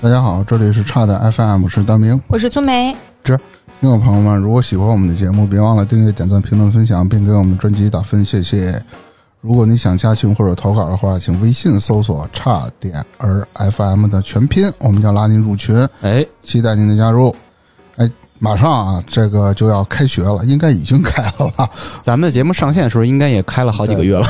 大家好，这里是差点 FM，是大明。我是粗梅，听众朋友们，如果喜欢我们的节目，别忘了订阅、点赞、评论、分享，并给我们专辑打分，谢谢。如果你想加群或者投稿的话，请微信搜索“差点儿 FM” 的全拼，我们将拉您入群，哎，期待您的加入。哎，马上啊，这个就要开学了，应该已经开了吧？咱们的节目上线的时候应该也开了好几个月了。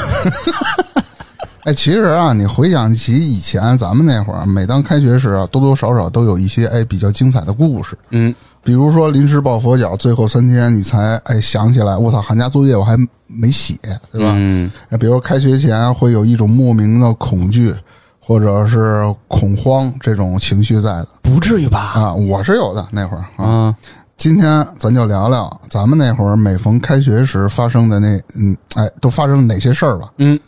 哎，其实啊，你回想起以前咱们那会儿，每当开学时啊，多多少少都有一些哎比较精彩的故事。嗯，比如说临时抱佛脚，最后三天你才哎想起来，我操，寒假作业我还没写，对吧？嗯，哎比如开学前会有一种莫名的恐惧或者是恐慌这种情绪在的不至于吧？啊，我是有的那会儿啊。啊，今天咱就聊聊咱们那会儿每逢开学时发生的那嗯哎都发生了哪些事儿吧。嗯，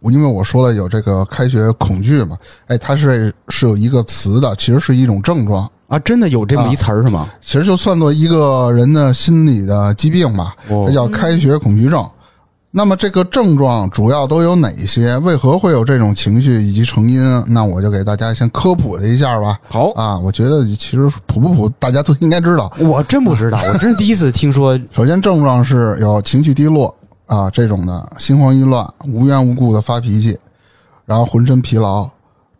我因为我说了有这个开学恐惧嘛，哎，它是是有一个词的，其实是一种症状。啊，真的有这么一词儿是吗？其实就算作一个人的心理的疾病吧，哦它叫开学恐惧症。那么这个症状主要都有哪些？为何会有这种情绪以及成因？那我就给大家先科普了一下吧。好，啊，我觉得其实普不普大家都应该知道。我真不 知道，我真是第一次听说。首先症状是有情绪低落啊这种的，心慌意乱，无缘无故的发脾气，然后浑身疲劳，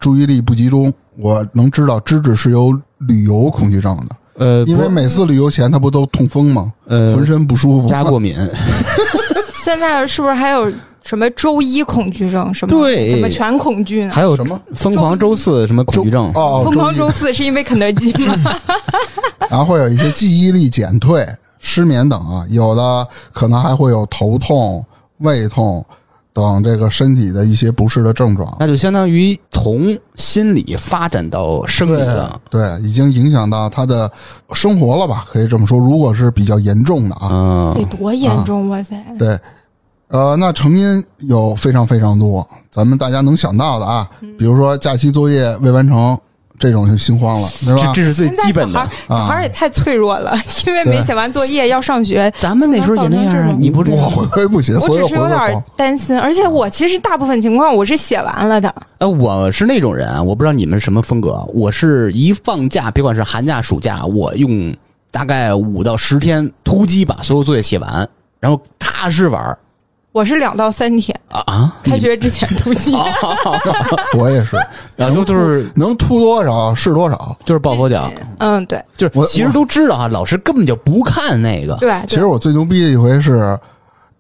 注意力不集中。我能知道芝芝是有旅游恐惧症的，呃，因为不每次旅游前他不都痛风吗？浑呃身不舒服。加过敏，现在是不是还有什么周一恐惧症？什么对怎么全恐惧呢？还有什么疯狂周四什么恐惧症？哦，疯狂注意周四是因为肯德基吗？然后会有一些记忆力减退、失眠等啊，有的可能还会有头痛、胃痛等这个身体的一些不适的症状。那就相当于从心理发展到生理对了。对，已经影响到他的生活了吧？可以这么说，如果是比较严重的啊，得嗯，多严重！啊哇塞，对，呃，那成因有非常非常多，咱们大家能想到的啊，嗯比如说假期作业未完成这种就心慌了，对吧这？这是最现在基小本孩的。小孩也太脆弱了，因为没写完作业要上学。咱们那时候也那就能造成样这啊，种你不是我回归不写，我所以只我是回有归点慌。担心，而且我其实大部分情况我是写完了的。呃，我是那种人啊，我不知道你们什么风格啊。我是一放假，别管是寒假、暑假，我用大概五到十天突击把所有作业写完，然后踏实玩儿我是两到三天，啊啊！哦开学之前突击。 我也是，然后都都是能吐多少是多少。就是抱佛脚，嗯，对就是我其实都知道啊，老师根本就不看那个。对，其对实我最牛逼的一回是，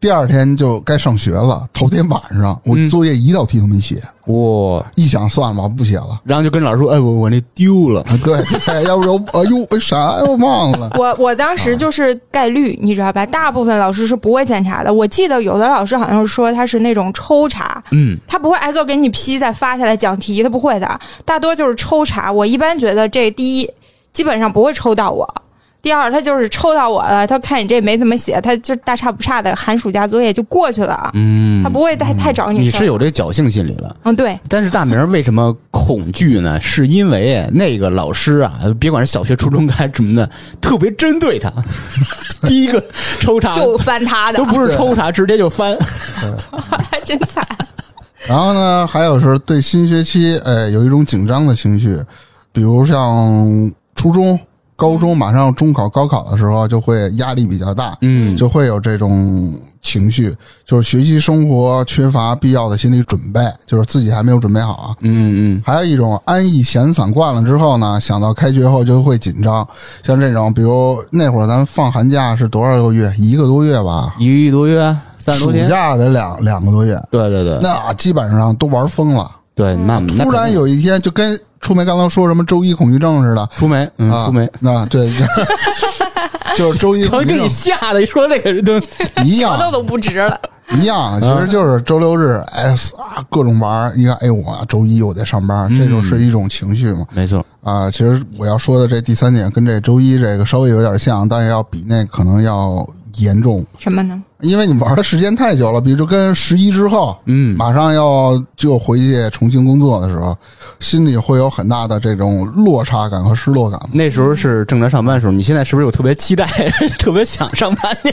第二天就该上学了，头天晚上我嗯作业一道题都没写，哇、一想算了，不写了。然后就跟老师说：“哎，我我那丢了。啊 对对，要不然我哎呦哎啥呀，我忘 了。我我当时就是概率，你知道吧？大部分老师是不会检查的。我记得有的老师好像是说他是那种抽查，嗯，他不会挨个给你批再发下来讲题，他不会的，大多就是抽查。我一般觉得这第一基本上不会抽到我，第二他就是抽到我了，他看你这没怎么写，他就大差不差的寒暑假作业就过去了，嗯他不会太太找你事儿。是有这侥幸心理了。嗯，对，但是大明儿为什么恐惧呢？是因为那个老师啊，别管是小学、初中还是什么的，特别针对 他。第一个抽查就翻他的啊都，不是抽查，直接就翻。 真惨。啊然后呢，还有是对新学期，哎，有一种紧张的情绪，比如像初中、高中，马上中考、高考的时候，就会压力比较大，嗯就会有这种情绪，就是学习生活缺乏必要的心理准备，就是自己还没有准备好啊。嗯嗯，还有一种安逸闲散惯了之后呢，想到开学后就会紧张，像这种，比如那会儿咱们放寒假是多少个月？一个多月吧，一个多月，三十暑多天。假得两两个多月，对对对，那基本上都玩疯了。对那那突然有一天就跟初梅刚才说什么周一恐惧症似的，出梅，嗯，啊，出梅。那对，就是 就是周一然恐后惧给你症吓的，一说这个都一毛豆样都不值了，一样，其实嗯就是周六日，哎啊，各种玩儿。你看，哎，我周一我得上班，这嗯就是一种情绪嘛。没错，啊，其实我要说的这第三点跟这周一这个稍微有点像，但要比那可能要严重，什么呢？因为你玩的时间太久了，比如就跟十一之后，嗯马上要就回去重新工作的时候，心里会有很大的这种落差感和失落感。 那时候是正常上班的时候，你现在是不是有特别期待、 特别想上班的？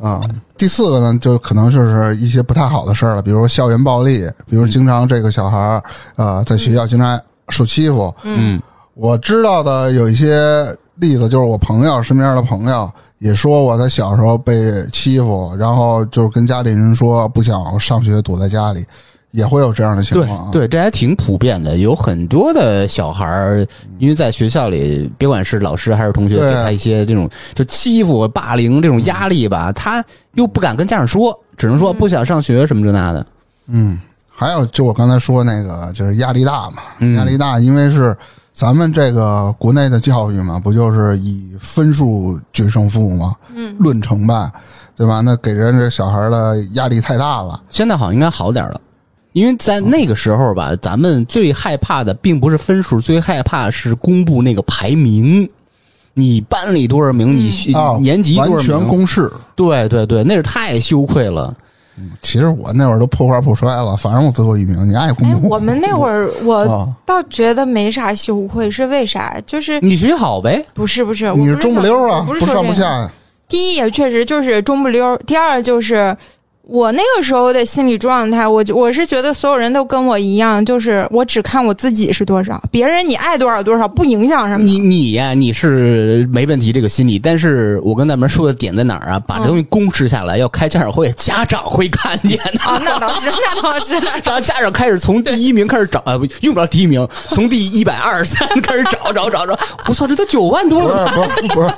啊、第四个呢，就可能就是一些不太好的事儿了，比如说校园暴力，比如经常这个小孩儿，呃，在学校经常受欺负，嗯，我知道的有一些例子，就是我朋友身边的朋友也说我在小时候被欺负，然后就是跟家里人说不想上学，躲在家里，也会有这样的情对况啊。对，这还挺普遍的，有很多的小孩儿，因为在学校里，别管是老师还是同学，对嗯给他一些这种就欺负、霸凌这种压力吧，他又不敢跟家长说，只能说不想上学什么这那的。嗯，还有就我刚才说那个，就是压力大嘛，嗯压力大，因为是咱们这个国内的教育嘛，不就是以分数决胜负嘛，嗯，论成败，对吧？那给人这小孩的压力太大了，现在好像应该好点儿了，因为在那个时候吧，咱们最害怕的并不是分数，最害怕是公布那个排名。你班里多少名？你学啊，年级多少完名？全公示。对对对，那是太羞愧了。其实我那会儿都破罐破摔了，反正我最后一名，你爱公哎，不公？我 们呃那会儿我啊，倒觉得没啥羞愧，是为啥？就是你学习好呗，不是不是，我你是不是中不想溜啊，我不是说上这不个下呀。第一也确实就是中不溜儿，第二就是我那个时候的心理状态，我就我是觉得所有人都跟我一样，就是我只看我自己是多少，别人你爱多少多少不影响什么。你你呀、你是没问题这个心理，但是我跟咱们说的点在哪儿啊？把这东西公示下来，要开家长会，家长会看见的。 啊，那倒是，那倒 是，然后家长开始从第一名开始找，呃，不用不着第一名，从第一百二十三开始找找找找。我操，这都九万多不是了！不是不 是，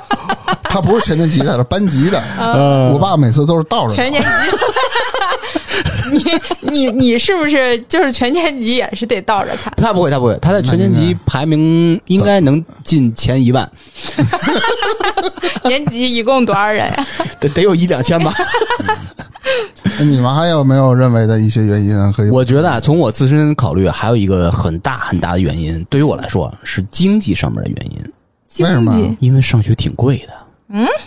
他不是全年级的，他是班级的。我爸每次都是倒着的嗯全年级。 你你你是不是就是全年级也是得倒着看？他不会，他不会，他在全年级排名应该能进前一万，年级一共多少人呀、得得有一两千吧。你们还有没有认为的一些原因可以？ 我觉得啊，从我自身考虑，还有一个很大很大的原因，对于我来说啊是经济上面的原因，为什么啊经济因为上学挺贵的。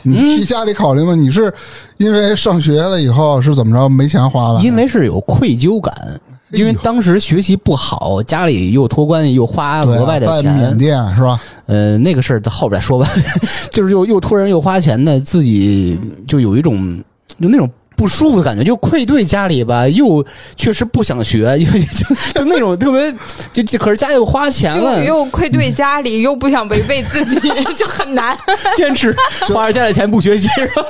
你嗯替家里考虑吗？你是因为上学了以后是怎么着没钱花了？因为是有愧疚感，哎因为当时学习不好，家里又托关系又花对啊额外的在缅钱，甸是吧？呃，那个事儿在 后边说吧，就是又又托人又花钱的，自己就有一种就那种。不舒服的感觉，就愧对家里吧，又确实不想学， 又就就那种特别， 就就可是家又花钱又了，哎又愧对家里，又不想违背自 己，就很难。坚持花着家里钱不学习， 是吧？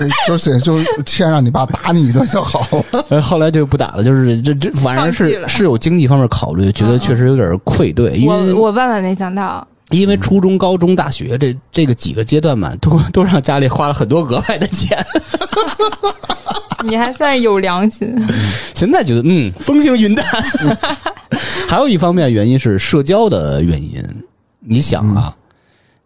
呃就是 就欠让你爸打你一顿就好了。呃，后来就不打了，就是这这反正放弃是了是有经济方面考虑，觉得确实有点愧对，因为我我万万没想到，因为初中、高中、大学这这个几个阶段嘛，都都让家里花了很多额外的钱。 你还算是有良心。现在觉得嗯，风轻云淡。还有一方面原因是社交的原因。你想啊，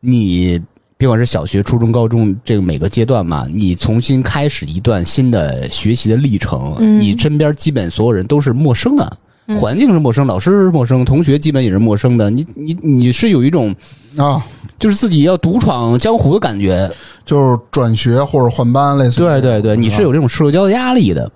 你别管是小学、初中、高中这个每个阶段嘛，你重新开始一段新的学习的历程，嗯你身边基本所有人都是陌生的。环境是陌生，老师是陌生，同学基本也是陌生的。你你你是有一种啊，就是自己要独闯江湖的感觉，就是转学或者换班类似于啊这对种。对对，你是有这种社交压力的，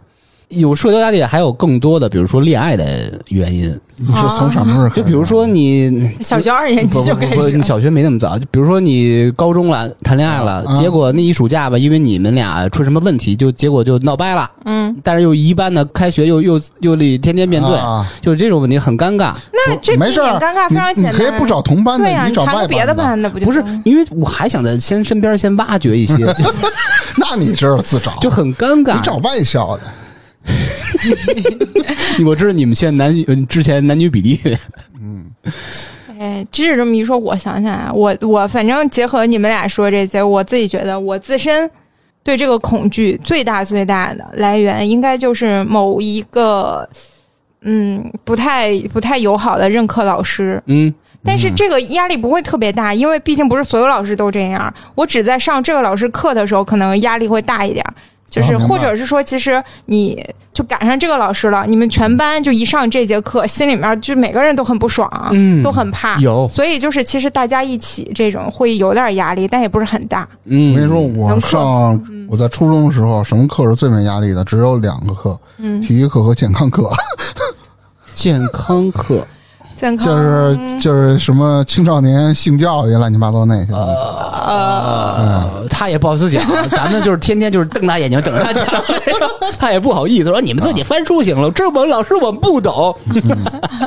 有社交压力，还有更多的，比如说恋爱的原因，你是从什么时候开始就的？比如说 你。小学二年级不就不开不不，始你了，小学没那么早。就比如说你高中了，谈恋爱了，啊结果那一暑假吧，因为你们俩出什么问题，就结果就闹掰了。嗯，但是又一般的开学又又又得天天面对，啊就这种问题很尴尬。那这没避事免儿，尴尬非你常简单。你可以不找同班的，对呀、你你找谈外个别的班班的不就不是行，因为我还想在先身边先挖掘一些，那你这是自找，就很尴尬。哎你找外校的。我知道你们现在男女呃之前男女比例，哎，只是这么一说，我想起来，啊我我反正结合你们俩说这些，我自己觉得我自身对这个恐惧最大最大的来源，应该就是某一个嗯不太不太友好的任课老师。嗯，但是这个压力不会特别大，因为毕竟不是所有老师都这样。我只在上这个老师课的时候，可能压力会大一点儿，就是哦啊明白或者是说，其实你就赶上这个老师了，你们全班就一上这节课，心里面就每个人都很不爽，嗯都很怕。有所以就是，其实大家一起这种会有点压力，但也不是很大。嗯，我跟你说，我能克服上嗯我在初中的时候，什么课是最没压力的？只有两个课，嗯，体育课和健康课，健康课，健康哦哦就是就是什么青少年性教育乱七八糟那些东西。呃，他也不好意思讲，咱们就是天天就是瞪大眼睛等他讲，他也不好意思说你们自己翻书行了，这我们老师我们不懂。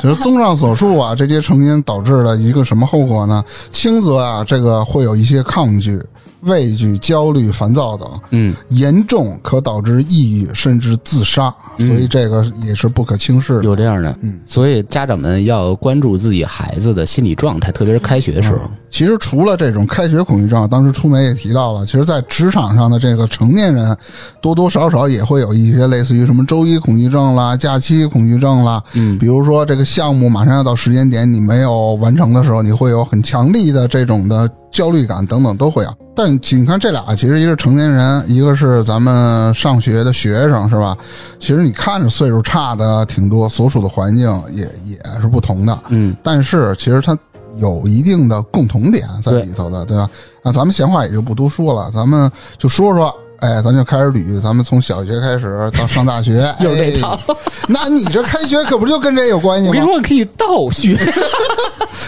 其实综上所述啊，这些成因导致了一个什么后果呢？轻则啊，这个会有一些抗拒、畏惧、焦虑、烦躁等；嗯，严重可导致抑郁甚至自杀，所以这个也是不可轻视的。嗯有这样的，嗯，所以家长们要关注自己孩子的心理状态，特别是开学的时候。其实除了这种开学恐惧症，当时出梅也提到了，其实，在职场上的这个成年人，多多少少也会有一些类似于什么周一恐惧症啦、假期恐惧症啦，嗯，比如说这个项目马上要到时间点，你没有完成的时候，你会有很强力的这种的焦虑感等等都会有。但你看这俩，其实一个是成年人，一个是咱们上学的学生，是吧？其实你看着岁数差的挺多，所处的环境也也是不同的，嗯，但是其实它有一定的共同点在里头的，对吧？那咱们闲话也就不多说了，咱们就说说。哎，咱就开始捋，咱们从小学开始到上大 学，有这套哎。 那你这开学可不就跟这有关系我跟你吗？说，可以倒 叙，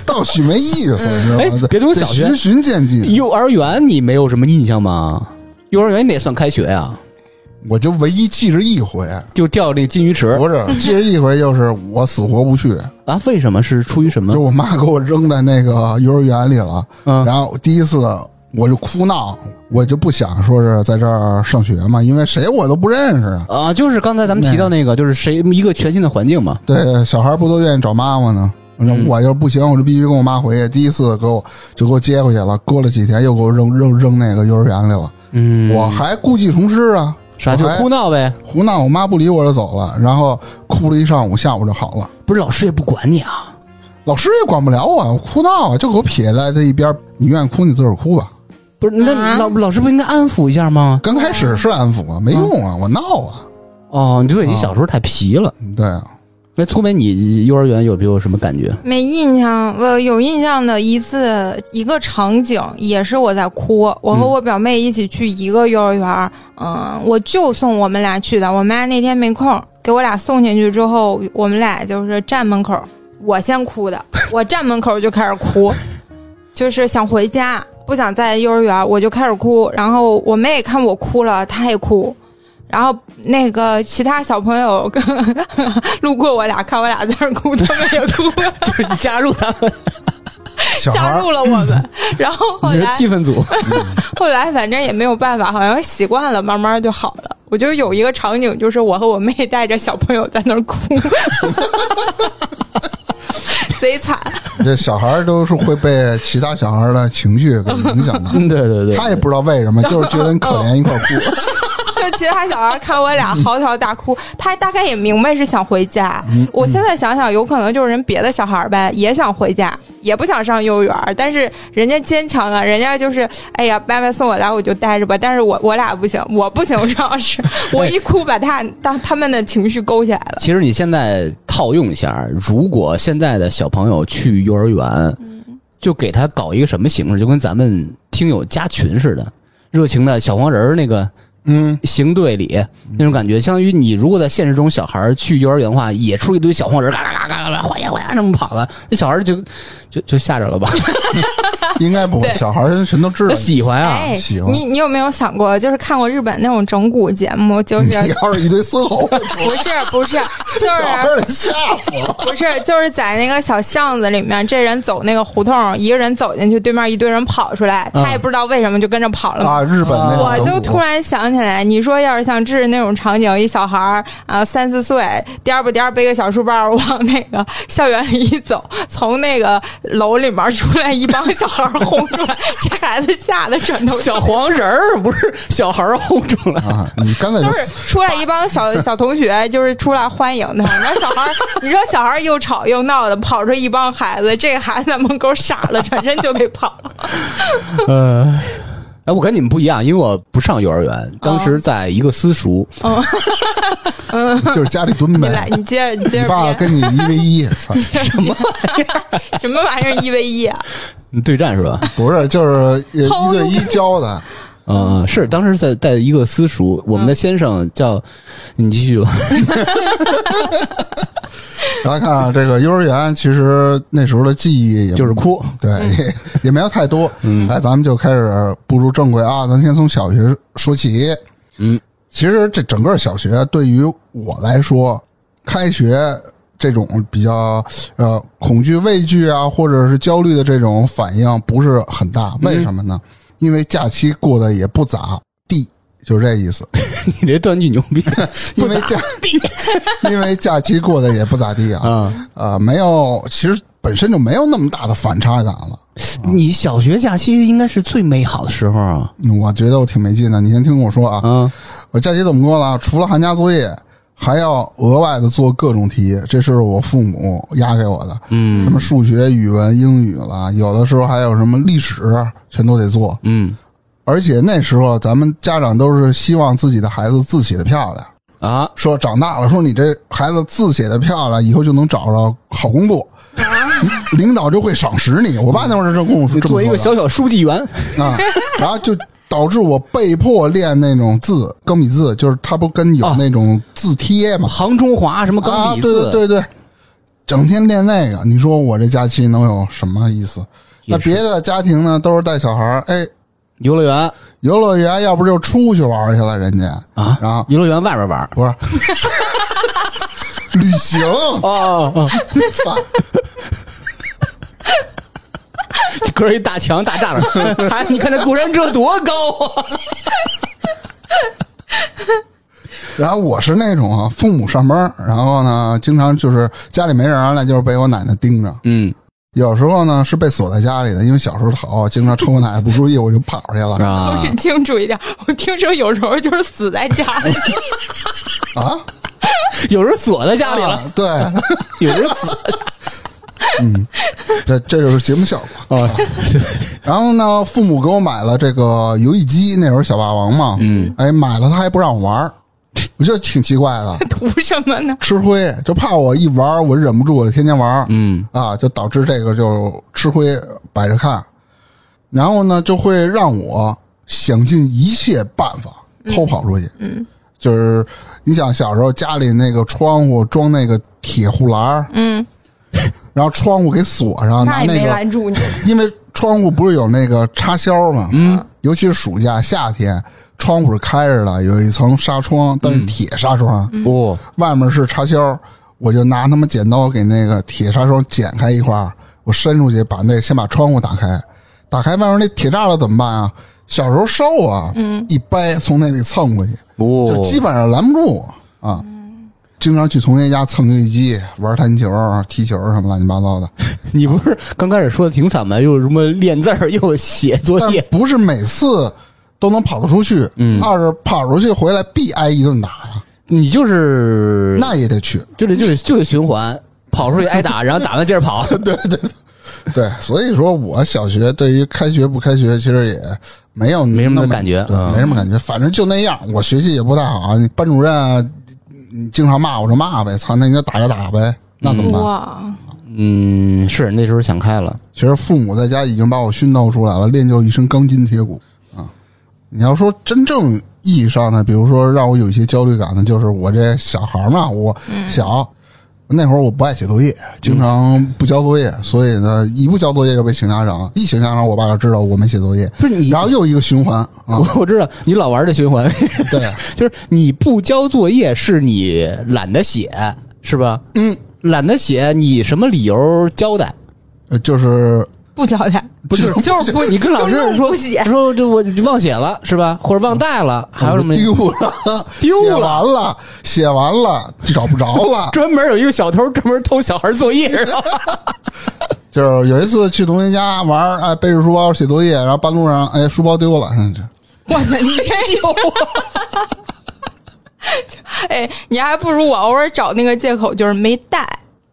倒许没意思，你知道哎吗？别从说小学循序渐进。幼儿园你没有什么印象吗？幼儿园你也算开学呀、我就唯一记着一回，就掉那个金鱼池不是记着一回，就是我死活不去，啊？为什么是出于什就么是？我妈给我扔在那个幼儿园里了。嗯然后第一次我就哭闹，我就不想说是在这儿上学嘛，因为谁我都不认识。啊，就是刚才咱们提到那个，就是谁一个全新的环境嘛。对，小孩不都愿意找妈妈呢？嗯我就不行，我就必须跟我妈回去。第一次给我就给我接回去了，过了几天又给我扔扔扔那个幼儿园里了。嗯我还故技重施啊，啥就我还哭闹呗，胡闹，我妈不理我就走了，然后哭了一上午，下午就好了。不是老师也不管你啊。老师也管不了我，我哭闹啊，就给我撇在这一边。你愿意哭你自个儿哭吧。不是，那啊老老师不应该安抚一下吗？刚开始是安抚啊，没用啊，我闹啊，哦，对你小时候太皮了。对啊，那粗梅，你幼儿园有没有什么感觉？没印象，我有印象的一次一个场景也是我在哭，我和我表妹一起去一个幼儿园儿，嗯我就送我们俩去的，我妈那天没空，给我俩送进去之后，我们俩就是站门口，我先哭的，我站门口就开始哭， 就是想回家，不想在幼儿园儿，我就开始哭，然后我妹看我哭了，她也哭。然后那个其他小朋友跟 路过我俩，看我俩在那儿哭，他们也哭。 就是你加入他们，小孩加儿入了我 们，然后后你是来气氛组。后来反正也没有办法，好像习惯了，慢慢就好了。我就有一个场景，就是我和我妹带着小朋友在那 儿哭， 贼惨。 这小孩儿都是会被其他小孩儿的情绪给影响的，嗯， 对对对，他也不知道为 什么，就是觉得你可怜一块儿哭。哦就其他小孩看我俩嚎啕大哭，他大概也明白是想回家。嗯我现在想想，有可能就是人别的小孩呗，也想回家，也不想上幼儿园，但是人家坚强啊，人家就是哎呀，妈妈送我来我就待着吧。但是我我俩不行，我不行，主 要是我一哭把他当他们的情绪勾起来了。其实你现在套用一下，如果现在的小朋友去幼儿园，就给他搞一个什么形式，就跟咱们听友加群似的，热情的小黄人儿那个嗯，行队里那种感觉，相当于你如果在现实中小孩儿去幼儿园的话，也出一堆小黄人儿，嘎嘎嘎嘎嘎，哗呀哗呀这么跑了，那小孩儿就就就吓着了 吧？ 应该不会，对小孩儿全都知道他。喜欢啊，哎喜欢，你你有没有想过，就是看过日本那种整蛊节目，就 你是要是一堆嘶吼，不是 不是，哎小就是啊孩儿得吓死了。不是，就是在那个小巷子里面，这人走那个胡同，一个人走进去，对面一堆人跑出来，嗯他也不知道为什么就跟着跑了嘛。啊，日本那种哦我整就蛊突然想起来，你说要是像智那种场景，一小孩儿啊三四岁，颠不颠儿背个小书包往那个校园里一走，从那个楼里面出来一帮小孩儿轰出来，这孩子吓得转头就 小黄人儿不是小孩儿轰出来，啊，你干脆就是出来一帮小小同学，就是出来欢迎他。那小孩儿，你说小孩儿又吵又闹的，跑出一帮孩子，这个孩子在门口傻了，转身就得跑。呃，哎，我跟你们不一样，因为我不上幼儿园，当时在一个私塾，就是家里蹲你来，呗。你接着，你接你着爸编。跟你一 v 一，啊操，什么玩意儿？什么玩意儿？一 v 一啊？对战是吧？不是就是一薅对一教的，嗯，是当时在在一个私塾，我们的先生叫，你继续吧。大家看啊，这个幼儿园其实那时候的记忆也 就是哭。对，也也没有太多。哎嗯来，咱们就开始步入正轨啊，咱先从小学说起。嗯，其实这整个小学对于我来说，开学这种比较呃恐惧、畏惧啊，或者是焦虑的这种反应不是很大。嗯为什么呢？因为假期过得也不咋地，就是这意思。 你这断句牛逼因为假因为假期过得也不咋地啊，啊！呃，没有，其实本身就没有那么大的反差感了。你小学假期应该是最美好的时候啊！嗯我觉得我挺没劲的，你先听我说啊，啊，我假期怎么过了？除了寒假作业，还要额外的做各种题，这是我父母压给我的，什嗯么数学、语文、英语了，有的时候还有什么历史，全都得做。嗯而且那时候咱们家长都是希望自己的孩子字写的漂亮，啊，说长大了，说你这孩子字写的漂亮，以后就能找着好工作，领导就会赏识你。我爸那会儿是这么跟我说，你这么做一说个的小小书记员， 啊，然后就导致我被迫练那种字钢笔字，就是它不跟有啊那种字贴嘛， 杭中华什么哦钢笔字，啊，对对对对，整天练那个，你说我这假期能有什么意思？那也是别的家庭呢，都是带小孩儿，哎，游乐园游乐园，要不就出去玩儿去了，人家啊然后游乐园外边玩。不是 旅 行，啊哦，哦操！这隔着一大墙大栅 栏，还你看这过山车多高啊！然后我是那种啊，父母上班儿，然后呢，经常就是家里没人了，就是被我奶奶盯着。嗯有时候呢是被锁在家里的，因为小时候淘，经常趁我奶奶不注意，我就跑出去了啊口齿清楚一点。我听说有时候就是死在家里，啊， 有人锁在家里了，啊对，有人 死这这就是节目效果。啊！对然后呢，父母给我买了这个游戏机，那时候小霸王嘛，嗯，哎，买了他还不让我玩儿，我觉得挺奇怪的，图什么呢？吃灰，就怕我一玩儿我忍不住，我就天天玩儿，嗯啊，就导致这个就吃灰摆着看，然后呢就会让我想尽一切办法偷跑出去，嗯，就是你想小时候家里那个窗户装那个铁护栏儿，嗯，然 然后窗户给锁上，哦拿那也那没个拦住你。因为窗户不是有那个插销嘛，嗯，尤其是暑假夏天，窗户是开着的，有一层纱窗，但是铁纱窗，哦，外面是插销，我就拿他妈剪刀给那个铁纱窗剪开一块儿，我伸出去把那先把窗户打开，打开外面那铁栅栏怎么办啊？小时候瘦啊，嗯，一掰从那里蹭过去，就哦，基本上拦不住我啊。经常去同学家蹭游戏机、玩弹球、啊踢球什么乱七八糟的， 你不是刚开始说的挺惨吗？又什么练字儿，又写作嗯但业，不是每次都能跑得出去。嗯，二是跑出去回来必挨一顿打呀，你就是那也得去。就得就得就得循环，跑出去挨打，然后打完接着 跑。 对，所以说我小学对于开学不开学其实也没有没什么那感觉对，嗯没什么感觉，反正就那样。我学习也不太好，班主任啊嗯经常骂我就骂呗，操，那你就打就打呗，那怎么嗯办？哇，嗯，是那时候想开了，其实父母在家已经把我熏陶出来了，练就一身钢筋铁骨啊。你要说真正意义上呢，比如说让我有一些焦虑感呢，就是我这小孩儿嘛，我小、那会儿我不爱写作业，经常不交作业，所以呢，一不交作业就被请家长，一请家长，我爸就知道我没写作业，不是你然后又一个循环啊，我我知道你老玩这循环， 对，就是你不交作业是你懒得写，是吧？嗯，懒得写，你什么理由交代？呃就是不交代，不是就是不，你跟老师就弄说不写。嗯说这我忘写了是吧？或者忘带了，还有什么？哎丢了，写丢了完了，写完了找不着 了，专门有一个小偷专门偷小孩 作业，是吧？就是有一次去同学家玩儿，哎，背着书包写作业，然后半路上，哎，书包丢了，嗯，这我操，你 这有哎，你还不如我偶尔找那个借口，就是没带。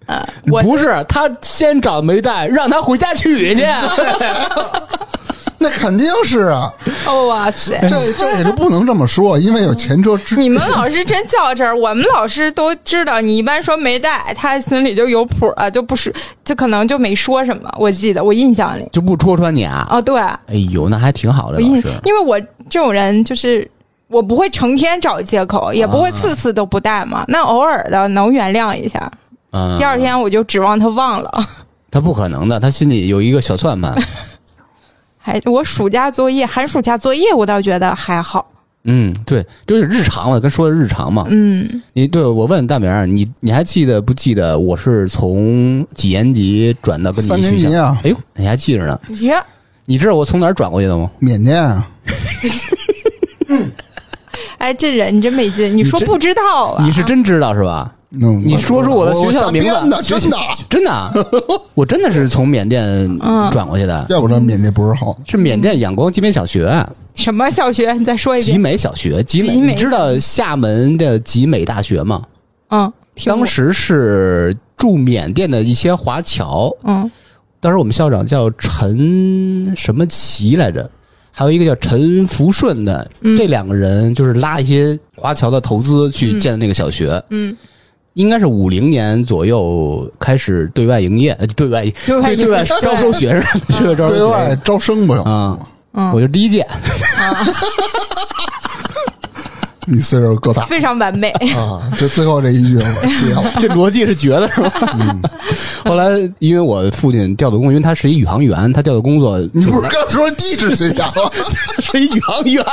嗯、我不是他先找没带，让他回家取去。那肯定是 啊，哦哇塞！这这也就不能这么说，因为有前车 之你们老师真较真儿，我们老师都知道。你一般说没带，他心里就有谱了，就不是，就可能就没说什么。我记得我印象里， 就不戳穿你啊？哦，对，哎呦，那还挺好的，我老印师。，因为我这种人就是我不会成天找借口，也不会次次都不带嘛。那偶尔的能原谅一下，嗯， 第二天我就指望他忘了。 他不可能的，他心里有一个小算盘。还我暑假作业，寒暑假作业我倒觉得还好。嗯，对，就是日常嘛，跟说的日常嘛。嗯，你对我问大明儿，你你还记得不记得我是从几年级转到跟三你年学校级？啊，哎呦，你还记着呢？你看你知道我从哪儿转过去的吗？缅甸啊，哎，这人真没劲。你说真不知道啊？你是真知道是吧？嗯，你说说我的学校瞎名字编的真的，真 的啊，我真的是从缅甸嗯转过去的，要不然缅甸不是好。是缅甸仰光集美小学，啊什么小学？你再说一集遍。美小学，集美，集美你知道厦门的集美大学吗？嗯，听过当时是驻缅甸的一些华侨，嗯当时我们校长叫陈什么奇来着，还有一个叫陈福顺的，嗯这两个人就是拉一些华侨的投资去建的那个小学，嗯，应该是五零年左右开始对外营业，呃对外对外营业对外招收学生， 对外招收对学外生招生不了，啊。嗯，我就第一届，你岁数够大非常完美。啊！就最后这一句我歇了。 这逻辑是绝的， 是吧？嗯后来因为我父亲调的工作，因为他是一宇航员，他调的工 作你不是刚说地质学家吗？是一宇航员，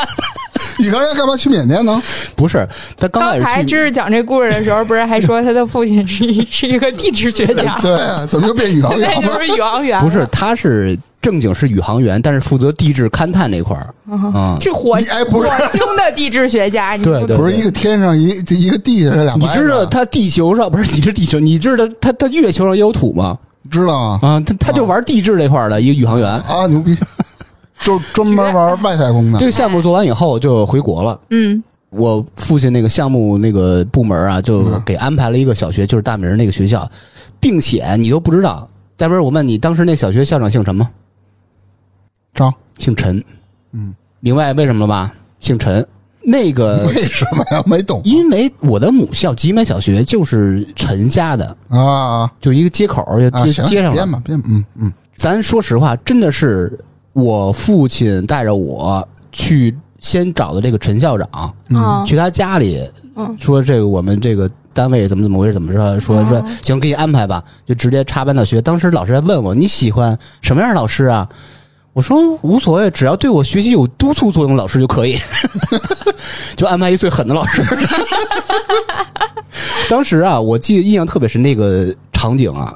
你刚才干嘛去缅甸呢？ 不是他刚刚开才始去知识讲这故事的时候，不是还说他的父亲是一是一个地质学家，对，怎么又变宇 航现在员就了？是宇航员了，不是，他是正经是宇航员，但是负责地质勘探那块儿 啊。是火你哎不是火星的地质学家，你对不对不是一个天上一一个地上这俩你白的，知道他地球上不是？你知道地球？你知道他他月球上也有土吗？知道啊啊，他他就玩地质这块儿的一个宇航员。啊牛 逼，就专门玩外太空这的。个项目做完以后就回国了。嗯我父亲那个项目那个部门啊，就给安排了一个小学，就是大明儿那个学校，并且你都不知道。大明儿，我问你，当时那小学校长姓什么？张，姓陈。嗯，明白为什么了吧？姓陈。那个为什么呀？没 懂因为我的母校集美小学就是陈家的，啊就一个街口就啊！行，就接上了编。吧编吧，嗯 嗯，咱说实话，真的是我父亲带着我去先找的这个陈校长，啊去他家里嗯，说这个我们这个单位怎么怎么回事，怎么说说说哦行，给你安排吧，就直接插班到学。当时老师还问我你喜欢什么样的老师啊？我说无所谓，只要对我学习有督促作用，老师就可以， 就安排一最狠的老师。 当时啊，我记得印象特别深，那个场景啊，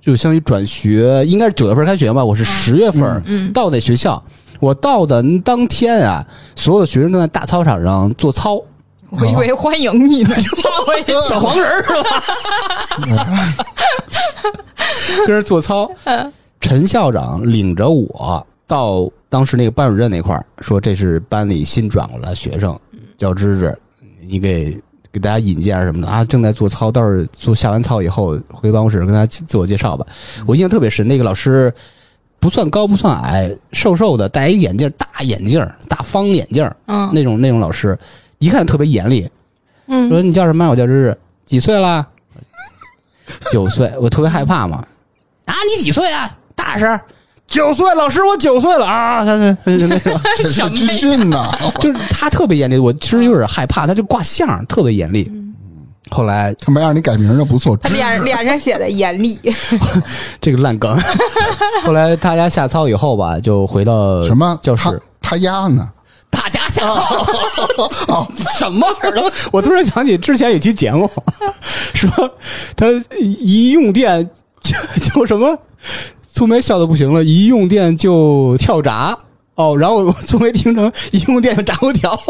就相当于转学，应该是九月份开学吧，我是十月份儿嗯到那学校。我到的当天啊，所有的学生都在大操场上做操，我以为欢迎你呢，我以为 小黄人儿是吧？ 跟着做操。 陈校长领着我到当时那个班主任那块儿，说这是班里新转过来的学生，叫芝芝，你给给大家引荐什么的啊？正在做操，到时候做下完操以后回办公室跟大家自我介绍吧。我印象特别深，那个老师不算高不算矮，瘦瘦的，戴一眼镜，大眼镜，大方眼镜，嗯那种那种老师，一看特别严厉。嗯说你叫什么呀？我叫芝芝，几岁啦？九岁，我特别害怕嘛。啊，你几岁啊？大声！九岁，老师，我九岁了啊！那 种这什是么呀军训呢， 就是他特别严厉，我其实有点害怕，他就挂相，特别严厉。后来他没让你改名就不错。他脸脸上写的严厉，这个烂 梗，后来大家下操以后吧，就回到什么教他室？他丫呢？ 大家下操。哦， 什么玩意儿？我突然想起之前有期节目， 说他一用电就就什么，苏梅笑的不行了，一用电就跳闸哦，然后苏梅听成一用电就炸油条。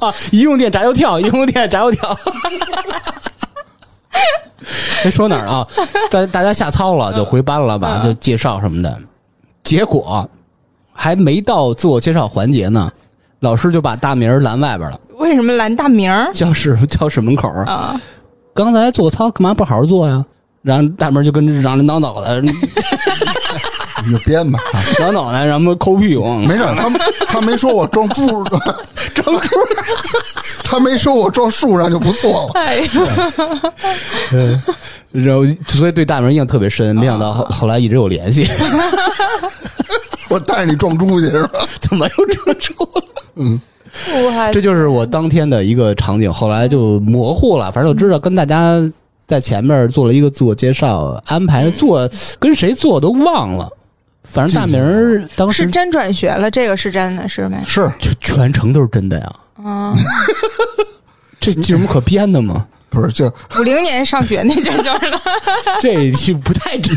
啊！一用电炸油条，一用电炸油 条。哎，说哪儿啊？大大家下操了，就回班了吧？就介绍什么的。结果还没到自我介绍环节呢，老师就把大明儿拦外边了，为什么拦大名儿教室教室门口儿。啊？刚才做操干嘛不好好做呀？然后大明儿就跟着嚷嚷叨叨的，你就编吧，啊 挠脑袋，然后抠屁股，嗯没事儿，他他没说我撞柱， 装猪。 他没说我撞树上就不错了。哎呀，然后所以对大明儿印象特别深，没想到后后来一直有联系。 我带着你撞猪去是吧？怎么又这么说了？我这就是我当天的一个场景，后来就模糊了，反正就知道跟大家在前面做了一个自我介绍，安排做跟谁做都忘了，反正大明儿当时是真转学了，这个是真的是没？是全全程 都是真的呀，嗯， 这有什么可编的吗？ 不是就五零年上学那件事儿了， 这一期不太真，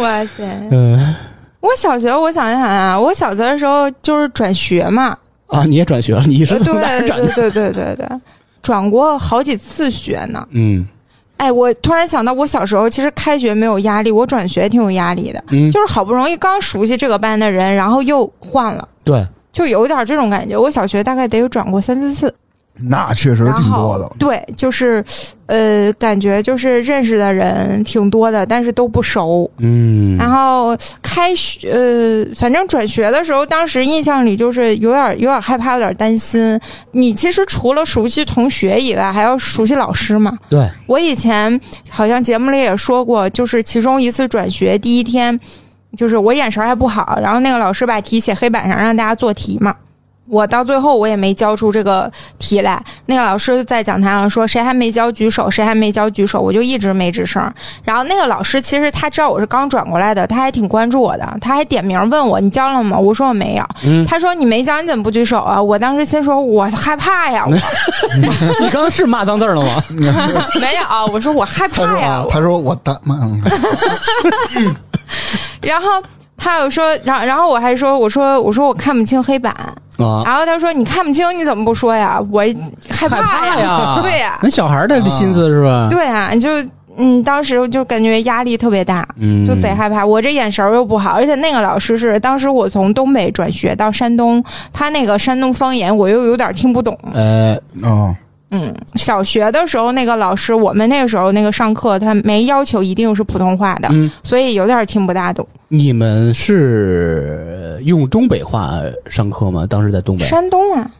哇塞！嗯我小学，我想想啊，我小学的时候就是转学嘛，啊，你也转学了，你 是呃从哪儿对转的？对对对对对，转过好几次学呢。嗯哎，我突然想到，我小时候其实开学没有压力，我转学挺有压力的，嗯，就是好不容易刚熟悉这个班的人，然后又换了，对，就有点这种感觉。我小学大概得有转过三四次，那确实然挺后多的。对，就是呃，感觉就是认识的人挺多的，但是都不熟。嗯，然后开学，呃，反正转学的时候，当时印象里就是有点有点害怕，有点担心。你其实除了熟悉同学以外，还要熟悉老师嘛。对，我以前好像节目里也说过，就是其中一次转学第一天，就是我眼神还不好，然后那个老师把题写黑板上让大家做题嘛。我到最后我也没交出这个题来，那个老师在讲台上说谁还没交举手，谁还没交举手，我就一直没吱声。然后那个老师其实他知道我是刚转过来的，他还挺关注我的，他还点名问我你交了吗？我说我没有。嗯他说你没交你怎么不举手啊？我当时心说我害怕呀，我 你刚刚是骂脏字儿了吗？没有，啊我说我害他说 怕呀，他说我大妈，嗯然后他又说，然后然后我还说，我说我说我看不清黑板，啊，然后他说你看不清你怎么不说呀？我害害怕怕呀，呀， 对呀、 那小孩儿的心思是吧？对呀、就嗯，当时就感觉压力特别大。嗯，就贼害怕，我这眼神儿又不好，而且那个老师是当时我从东北转学到山东，他那个山东方言我又有点听不懂。呃，哦，嗯，小学的时候那个老师，我们那个时候那个上课他没要求一定是普通话的，嗯所以有点听不大懂。你们是用东北话上课吗？当时在东北，山东啊，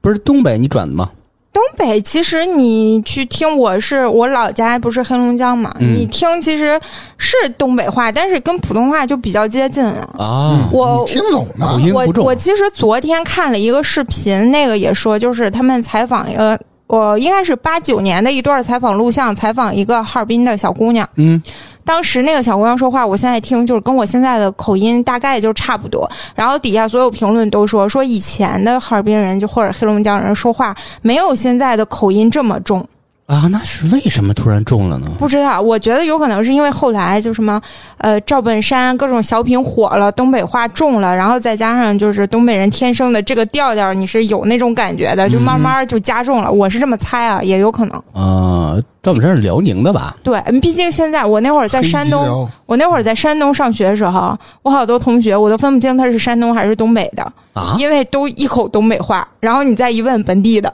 不是东北你转的吗？东北其实你去听，我是我老家不是黑龙江嘛，嗯你听其实是东北话，但是跟普通话就比较接近了。啊，我你听懂口的，音我不重我其实昨天看了一个视频，那个也说，就是他们采访一个，我应该是八九年的一段采访录像，采访一个哈尔滨的小姑娘。嗯，当时那个小姑娘说话，我现在听就是跟我现在的口音大概就差不多。然后底下所有评论都说，说以前的哈尔滨人就或者黑龙江人说话没有现在的口音这么重。啊，那是为什么突然重了呢？不知道，我觉得有可能是因为后来就什么，呃，赵本山各种小品火了，东北话重了，然后再加上就是东北人天生的这个调调，你是有那种感觉嗯的，就慢慢就加重了。我是这么猜啊，也有可能。啊，赵本山是辽宁的吧？对，嗯毕竟现在我那会儿在黑山吉东，辽我那会儿在山东上学的时候，我好多同学我都分不清他是山东还是东北的，啊，因为都一口东北话，然后你再一问本地的，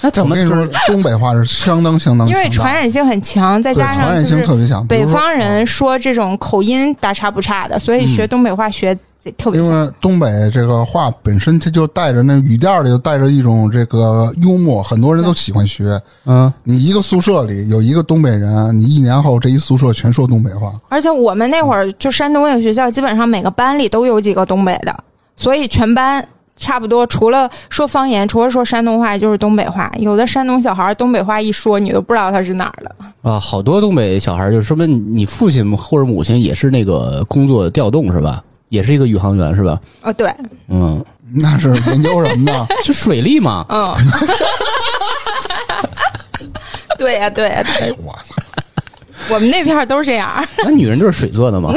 那怎我么跟你说，东北话是相当相当强因大的，为传染性很强，再对加传上染就是性特别强，比北如说方人说这种口音大差不差的，所以学东北话学得特别因像。为东北这个话本身它就带着那语调里就带着一种这个幽默，很多人都喜欢学。嗯，你一个宿舍里有一个东北人，你一年后这一宿舍全说东北话，而且我们那会儿就山东那个学校，基本上每个班里都有几个东北的，所以全班差不多除了说方言，除了说山东话就是东北话。有的山东小孩儿东北话一说，你都不知道他是哪儿的。啊，好多东北小孩儿，就是说明你你父亲或者母亲也是那个工作调动是吧？也是一个宇航员是吧？哦，对，嗯，那是研究什么呢？就水利嘛。嗯， 对呀、对呀、对哎呀，我操！我们那片儿都是这样儿。那女人就是水做 的嘛。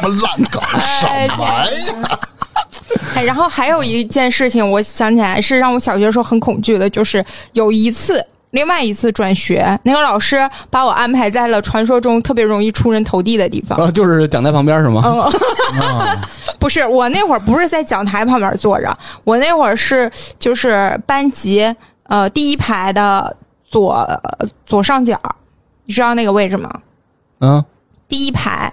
他妈烂搞 哎什么呀？哎，然后还有一件事情，我想起来是让我小学时候很恐惧的，就是有一次，另外一次转学，那个老师把我安排在了传说中特别容易出人头地的地 方。啊，就是讲台旁边是吗？嗯，啊不是，我那会儿不是在讲台旁边坐着，我那会儿是就是班级呃第一排的左左上角，你知道那个位置吗？嗯，第一排，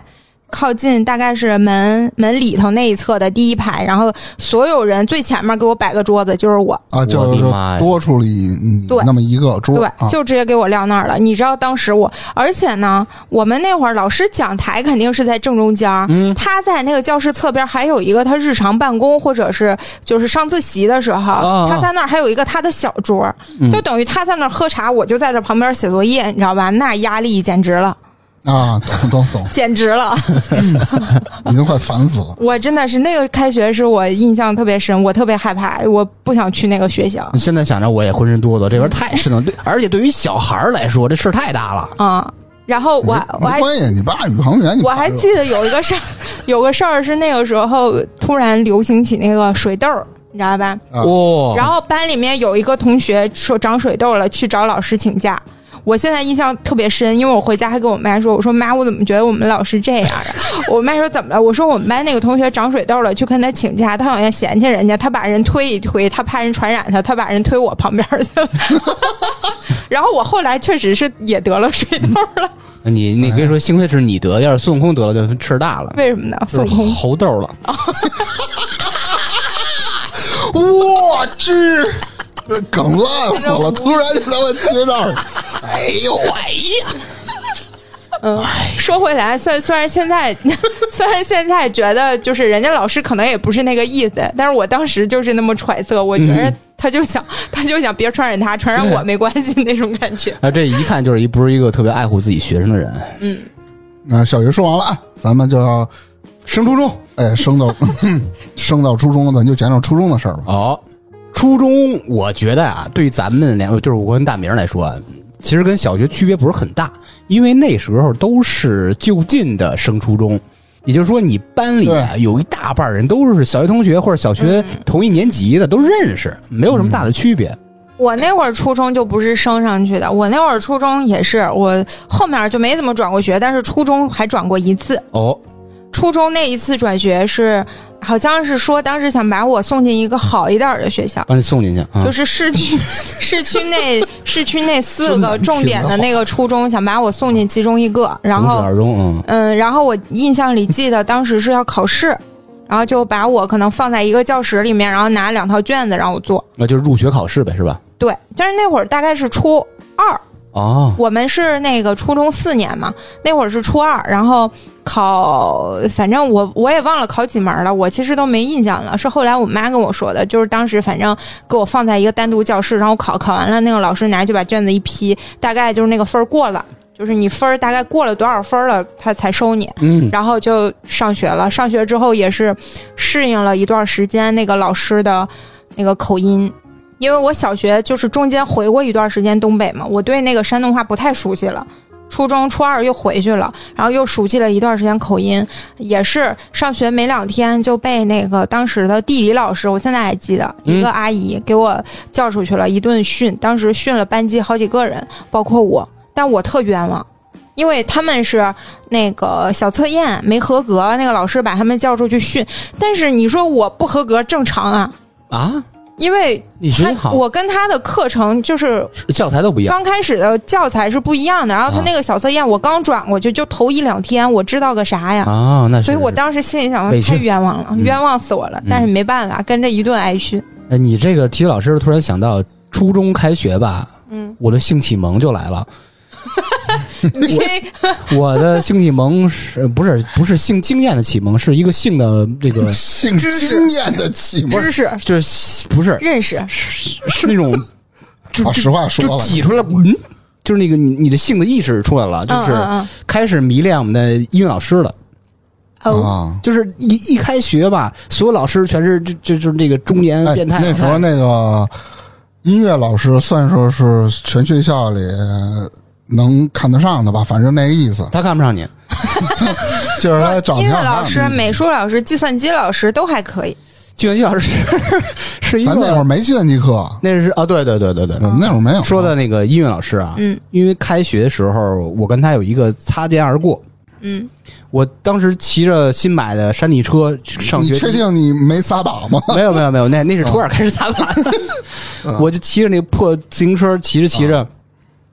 靠近大概是门门里头那一侧的第一排，然后所有人最前面给我摆个桌子，就是我，啊，就我是的妈呀多出了一嗯对那么一个桌对啊，，就直接给我撂那儿了。你知道当时我，而且呢，我们那会儿老师讲台肯定是在正中间儿，嗯他在那个教室侧边还有一个他日常办公或者是就是上自习的时候，啊他在那儿还有一个他的小桌儿，嗯就等于他在那儿喝茶，我就在这旁边写作业，你知道吧？那压力简直了，啊，懂懂懂，简直了！你都快烦死了。我真的是那个开学是我印象特别深，我特别害怕，我不想去那个学校嗯现在想着我也浑身哆嗦，这玩意儿太深了。对，而且对于小孩儿来说，这事儿太大了。啊、嗯然后我我还没关系，你爸宇航员，你 我还爸记得有一个 事儿，有个事儿是那个时候突然流行起那个水痘儿，你知道吧？啊哇然后班里面有一个同学说长水痘了，去找老师请假。我现在印象特别深，因为我回家还跟我妈说：“我说妈，我怎么觉得我们老师这样啊？” 我妈说：“怎么了？”我说：“啊我们班那个同学长水痘了，去跟他请假，他好像嫌弃人家，他把人推一推，他怕人传染他，他把人推我旁边儿去了。” 然后我后来确实是也得了水痘了，你你跟你说，幸亏是你得，要是孙悟空得了，就事儿大了，为什么呢？就孙悟是空哦猴痘了。我去，这梗烂死了，那种突然就让他接这儿，哎呦哎呀，嗯，说回来，虽虽然现在， 虽然现在觉得就是人家老师可能也不是那个意思，但是我当时就是那么揣测，我觉得他就想，他就想别传染他，传染我没关系那种感觉。啊，这一看就是一不是一个特别爱护自己学生的人。那小学说完了啊，咱们就要升初中哎升到升到初中了，咱就讲讲初中的事儿吧。哦，初中我觉得啊，对咱们两个，就是我跟大明来说，啊，其实跟小学区别不是很大，因为那时候都是就近的升初中。也就是说，你班里啊有一大半人都是小学同学或者小学同一年级的，都认识，没有什么大的区别。我那会儿初中就不是升上去的，我那会儿初中也是，我后面就没怎么转过学，但是初中还转过一次。哦，初中那一次转学是，好像是说当时想把我送进一个好一点儿的学校。把你送进去啊就！是市区市区内市区内四个重点的那个初中，想把我送进其中一个，然从始后而终，嗯，嗯，然后我印象里记得当时是要考试，然后就把我可能放在一个教室里面，然后拿两套卷子让我做。那就是入学考试呗，是吧？对，但是那会儿大概是初二，哦，我们是那个初中四年嘛，那会儿是初二，然后考，反正我我也忘了考几门了，我其实都没印象了，是后来我妈跟我说的，就是当时反正给我放在一个单独教室，然后考，考完了那个老师拿去把卷子一批，大概就是那个分儿过了，就是你分儿大概过了多少分儿了，他才收你。嗯，然后就上学了。上学之后也是适应了一段时间那个老师的那个口音，因为我小学就是中间回过一段时间东北嘛，我对那个山东话不太熟悉了。初中初二又回去了，然后又熟悉了一段时间口音，也是上学没两天就被那个当时的地理老师，我现在还记得，嗯一个阿姨给我叫出去了，一顿训，当时训了班级好几个人，包括我，但我特冤枉，因为他们是那个小测验没合格，那个老师把他们叫出去训。但是你说我不合格正常啊，啊，因为你学习他好，我跟他的课程就是教材都不一样，啊刚开始的教材是不一样的，然后他那个小测验我刚转过去就头一两天，我知道个啥呀？啊，那是所以我当时心里想委，屈太冤枉了，嗯冤枉死我了。但是没办法，跟着一顿挨 训。哎你这个体育老师突然想到初中开学吧，嗯，我的性启蒙就来了。你这我的性启蒙是不是不是性经验的启蒙，是一个性的这个性知识经验的启蒙，知识 就是不是认 识是是那 种就把就实话说就了，挤出来，嗯，就是那个你你的性的意识出来了，就嗯是嗯开始迷恋我们的音乐老师了。嗯哦，啊。就是一一开学吧，所有老师全是就就就是那个中年哎，变态。那时候那个音乐老师算说是全学校里能看得上的吧，反正那个意思，他看不上你，就是他长音得乐好老师、嗯看。美术老师、计算机老师都还可以。计算机老师 是是一咱那会儿个没计算机课，那是啊，对对对对对，我们那会儿没有。说的那个音乐老师啊，嗯因为开学的时候我跟他有一个擦肩而过，嗯，我当时骑着新买的山地车上你学，确定你没撒把吗？哦没有没有没有，那那是初二开始撒把的， 我就骑着那破自行车，骑着骑哦着，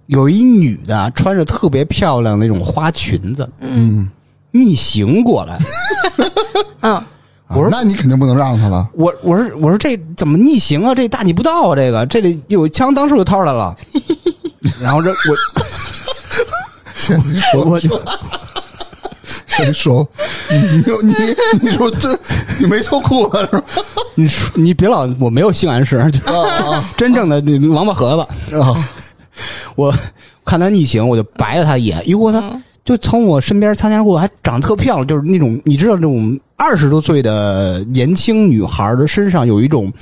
有一女的穿着特别漂亮的那种花裙子，嗯，逆行过来。嗯，啊我说那你肯定不能让他了。我我说我说这怎么逆行啊？这大逆不道啊！这个这里有枪，当时就掏出 来了。然后这我 先你说，我就先 说，你你你说这你没脱裤子是吧？你说你别老我没有性暗示，就是哦啊 真正的那王八盒子。哦啊啊！我看他逆行，我就白了他一眼。如果他嗯就从我身边擦肩而过，还长得特漂亮，就是那种你知道那种二十多岁的年轻女孩的身上有一种。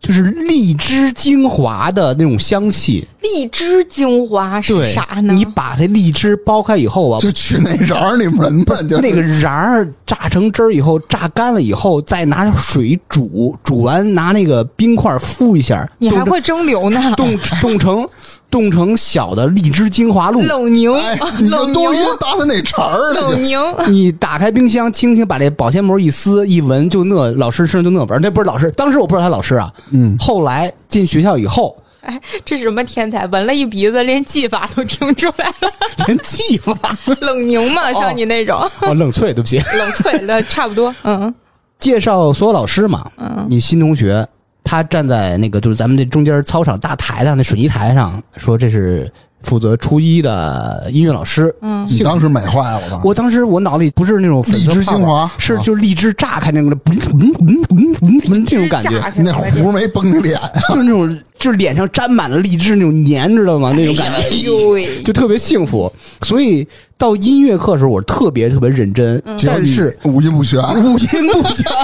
就是荔枝精华的那种香气，荔枝精华是对啥呢？你把这荔枝剥开以后啊，就去那瓤儿里闻闻，就是那个瓤儿榨成汁儿以后，榨干了以后，再拿水煮，煮完拿那个冰块敷一下，你还冻成会蒸馏呢？冻冻成冻成小的荔枝精华露。冷凝 哎，你，就冷多余凝，搭他那茬儿了，冷就凝，你打开冰箱，轻轻把这保鲜膜一撕，一闻就那老师身上就那味儿。那不是老师，当时我不知道他老师啊。嗯，后来进学校 以后，哎，这是什么天才？闻了一鼻子，连技法都听出来了。人技法冷凝嘛，像你那种、哦，冷萃，对不起。 冷萃的差不多。嗯，介绍所有老师嘛，你新同学，他站在那个就是咱们这中间操场大台上那水泥台上，说这是负责初一的音乐老师。嗯，你当时美坏了吧？我当时我脑子里不是那种粉色荔枝泡泡精华是啊就是荔枝炸开那个嘣嘣嘣嘣嘣嘣这种感觉，是那壶没崩你脸，就是那种就是脸上沾满了荔枝那种黏，知道吗？那种感觉。哎呦喂，就特别幸福，所以到音乐课的时候，我特别特别认真，结果但你是五音不全，啊五音不全。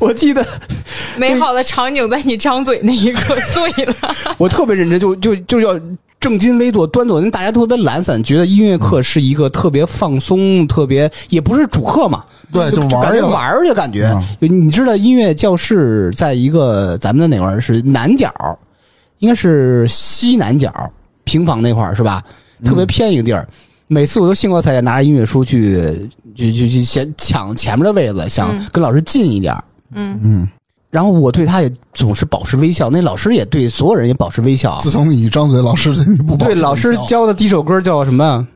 我记得美好的场景在你张嘴那一刻碎了。我特别认真，就就就要正襟危坐、端坐，因为大家都特别懒散，觉得音乐课是一个特别放松、特别也不是主课嘛，对就就玩儿感去觉了玩儿去，感觉嗯。就你知道，音乐教室在一个咱们的哪块儿是南角儿，应该是西南角儿平房那块儿是吧？特嗯别偏一个地儿。每次我都兴高采烈拿着音乐书去，去去去先抢前面的位子，想嗯跟老师近一点儿。嗯，嗯，然后我对他也总是保持微笑，那老师也对所有人也保持微笑。啊自从你一张嘴，老师对你不保对，持老师微笑教的第一首歌叫什么？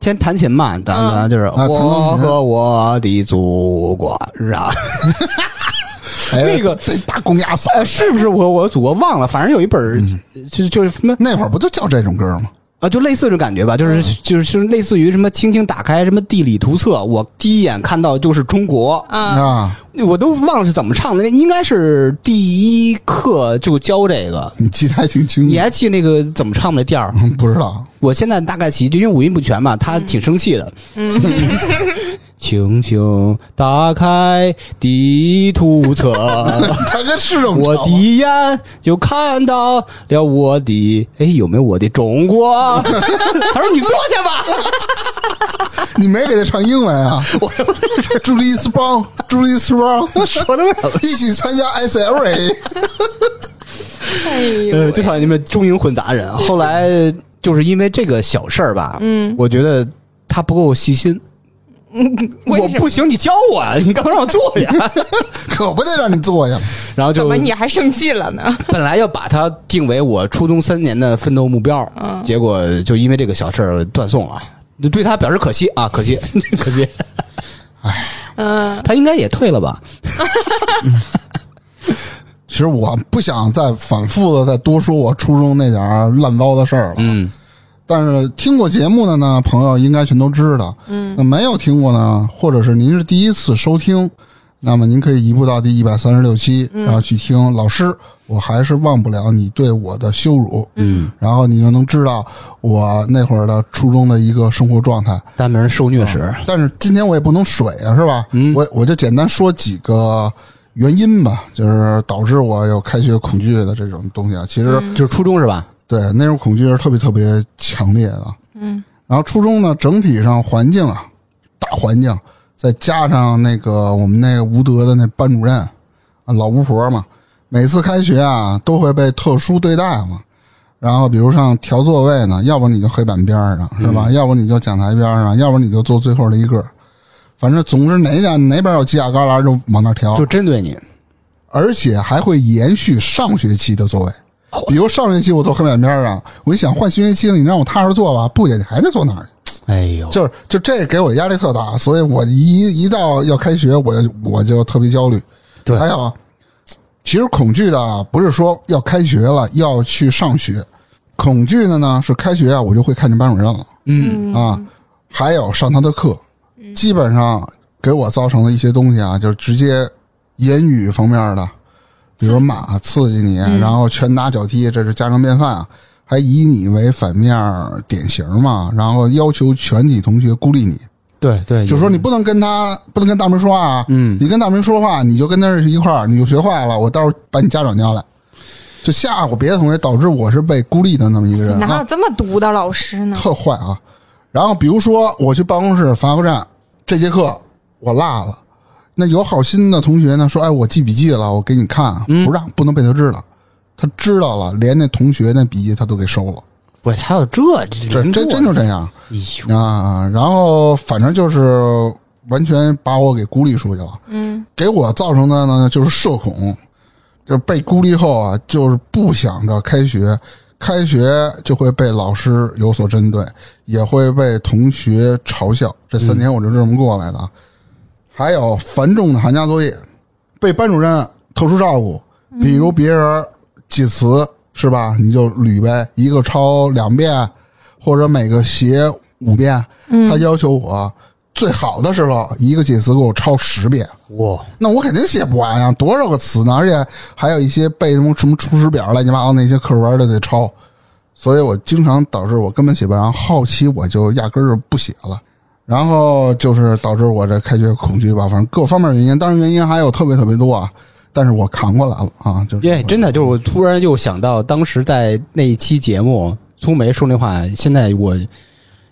先弹琴嘛，当然就是啊弹琴我和我的祖国，是吧？哎那个这大公鸭嗓， 呃，是不是我我祖国忘了？反正有一本儿，就就是什么那会儿不就叫这种歌吗？啊，就类似这种感觉吧，就是就是就是类似于什么，轻轻打开什么地理图册，我第一眼看到就是中国，啊，啊，我都忘了是怎么唱的，那应该是第一课就教这个。你记得还挺清楚你，还记得那个怎么唱的调儿？嗯不知 道我现在大概其就因为五音不嗯全嘛，他挺生气的。 轻轻打开地图 册，他跟是这么我唱吗第一眼就看到了我的，哎，有没有我的中国？ 他说你坐下 吧。你没给他唱英文啊？我 Julie Brown，Julie Brown 说的 什么？一起参加 S L A，哎呦呃，喂，最讨厌你们中英混杂人。后来就是因为这个小事儿吧，嗯，我觉得他不够细心。我为什么不行，你教我呀，你干嘛让我坐呀？ 可不得让你坐下。然后就怎么你还生气了呢？ 本来要把它定为我初中三年的奋斗目标，结果就因为这个小事儿断送了，对他表示可惜啊，可惜， 可惜。嗯，他应该也退了吧？其实我不想再反复的再多说我初中那点儿烂糟的事儿了。嗯，但是听过节目的呢，朋友应该全都知道。嗯，那没有听过呢，或者是您是第一次收听，那么您可以移步到第一百三十六期，然后去听。老师，我还是忘不了你对我的羞辱。嗯，然后你就能知道我那会儿的初中的一个生活状态。单名受虐史，但是今天我也不能水啊，是吧？嗯，我我就简单说几个原因吧，就是导致我有开学恐惧的这种东西啊。其实、就是初中是吧？对那种恐惧是特别特别强烈的。嗯，然后初中呢，整体上环境啊，大环境，再加上那个我们那个吴德的那班主任啊，老巫婆嘛，每次开学啊都会被特殊对待嘛。然后，比如上调座位呢，要不你就黑板边儿上是吧？要不你就讲台边儿上，要不你就坐最后的一个。反正总之哪哪哪边有犄角旮旯就往那儿调，就针对你，而且还会延续上学期的座位。比如上学期我坐黑板边儿上，我一想换新学期了，你让我踏实坐吧，不也还得坐那儿去？哎呦，就是就这给我压力特大，所以我一一到要开学，我就我就特别焦虑。对还有，啊其实恐惧的啊不是说要开学了要去上学，恐惧的呢是开学啊，我就会看见班主任了。嗯，啊，还有上他的课，基本上给我造成的一些东西啊，就是直接言语方面的，比如骂刺激你，嗯然后拳打脚踢，这是家常便饭啊。还以你为反面典型嘛，然后要求全体同学孤立你，对对，就说你不能跟他，不能跟大明说话啊，嗯你跟大明说话，你就跟他一块儿，你就学坏了，我到时候把你家长叫来，就吓唬别的同学，导致我是被孤立的那么一个人。哪啊有这么毒的老师呢？特坏啊。然后比如说我去办公室罚个站，这节课我落了，那有好心的同学呢说，哎，我记笔记了，我给你看啊，不让不能被他知道。他知道了，连那同学那笔记他都给收了，不是还有这这零真度真就这样哎呦，啊。然后反正就是完全把我给孤立出去了，嗯，给我造成的呢就是社恐，就是被孤立后啊，就是不想着开学，开学就会被老师有所针对，也会被同学嘲笑。这三年我就这么过来的啊。还有繁重的寒假作业，被班主任特殊照顾，比如别人记词是吧，你就捋呗，一个抄两遍，或者每个写五遍。他要求我最好的时候一个记词给我抄十遍。哇，那我肯定写不完呀，多少个词呢？而且还有一些背什么什么《出师表》乱七八糟那些课文都得抄，所以我经常导致我根本写不完，后期我就压根儿就不写了。然后就是导致我这开学恐惧吧，反正各方面原因，当然原因还有特别特别多啊，但是我扛过来了啊，就是耶，真的就是我突然又想到，当时在那一期节目，粗梅说那话，现在我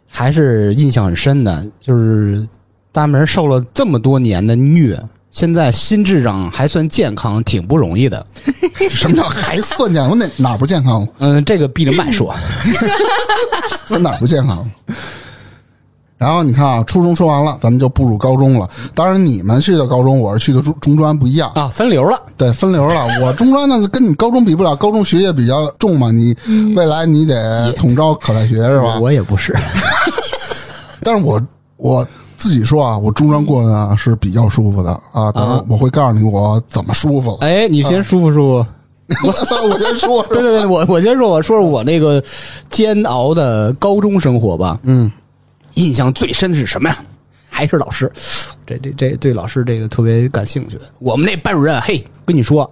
还是印象很深的，就是大门受了这么多年的虐，现在心智上还算健康，挺不容易的。什么叫还算健康？我哪哪不健康了？嗯，这个闭着麦说，我哪不健康了？然后你看啊，初中说完了，咱们就步入高中了。当然，你们去的高中，我是去的中中专，不一样。 啊，分流了，对，分流了。我中专那跟你高中比不了，高中学业比较重嘛，你未来你得统招考大学是吧？我也不是，但是我我自己说啊，我中专过的是比较舒服的啊，但是我会告诉你我怎么舒服了。哎，你先舒服舒服。我操， 我 先说，对对对，我我先说，我说说我那个煎熬的高中生活吧。嗯，印象最深的是什么呀？还是老师，这这这对老师这个特别感兴趣。我们那班主任，嘿，跟你说，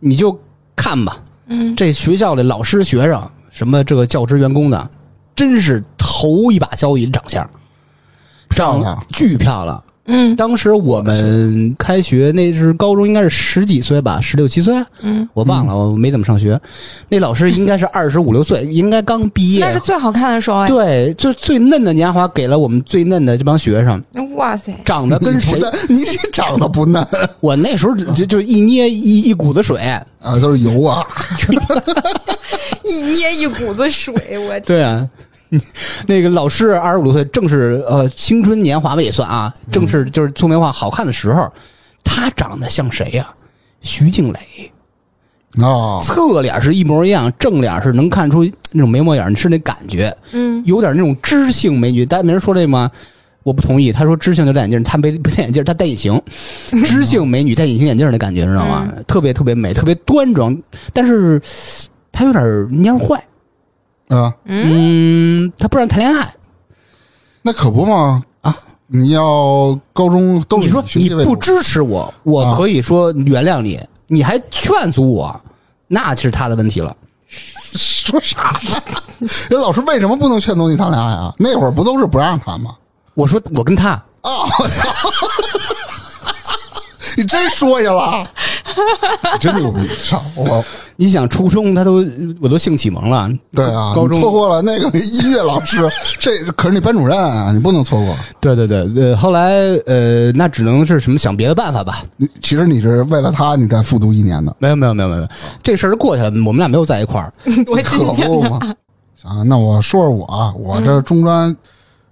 你就看吧，嗯，这学校的老师、学生，什么这个教职员工的，真是头一把交椅的长相，漂长亮巨漂亮。嗯，当时我们开学那是高中，应该是十几岁吧，十六七岁，嗯，我忘了，我没怎么上学。那老师应该是二十五六岁，应该刚毕业那是，最好看的时候哎。对，就最嫩的年华给了我们最嫩的这帮学生，哇塞，长得你跟不谁？嫩， 你长得不嫩 我那时候就就一捏一一股子水，啊，都是油啊。一捏一股子 水，我天！对啊。 那个老师二十五岁，正是呃青春年华吧也算啊，正是就是粗眉话好看的时候。他长得像谁呀、徐静蕾。啊，侧脸是一模一样，正脸是能看出那种眉毛眼儿是那感觉，嗯，有点那种知性美女。但没人说这吗？我不同意。他说知性就戴眼镜，他没不戴眼镜，他戴隐形。知性美女戴隐形眼镜的感觉，知道吗？特别特别美，特别端庄，但是他有点蔫坏。啊，嗯，他不让谈恋爱。那可不嘛啊！你要高中都是你说学你习为主不支持我，我啊可以说原谅你，你还劝阻我，那是他的问题了。 说啥呢？ 人老师为什么不能劝阻你谈恋爱啊？那会儿不都是不让谈吗？我说我跟他啊、我操！ 你真说去了，你真牛逼！操我，你想初中他都我都性启蒙了，对啊，高你错中过了那个音乐老师，这可是你班主任啊，你不能错过。对对对，呃，后来呃，那只能是什么想别的办法吧？你其实你是为了他，你再复读一 年的，没有没有没有没有，这事儿过去了，我们俩没有在一块儿。我可今天不 嘛！啊，那我说说我啊，我这中专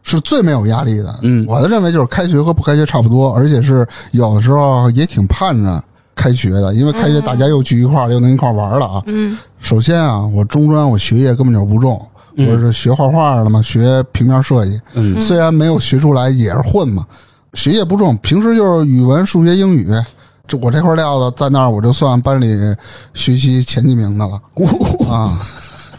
是最没有压力的。嗯我的认为就是开学和不开学差不多，而且是有的时候也挺盼着开学的，因为开学大家又聚一块儿，又能一块儿玩儿了啊。嗯，首先啊，我中专我学业根本就不重，或者是学画画了嘛，学平面设计，嗯虽然没有学出来，也是混嘛，学业不重，平时就是语文、数学、英语。这我这块料子在那儿，我就算班里学习前几名的了啊，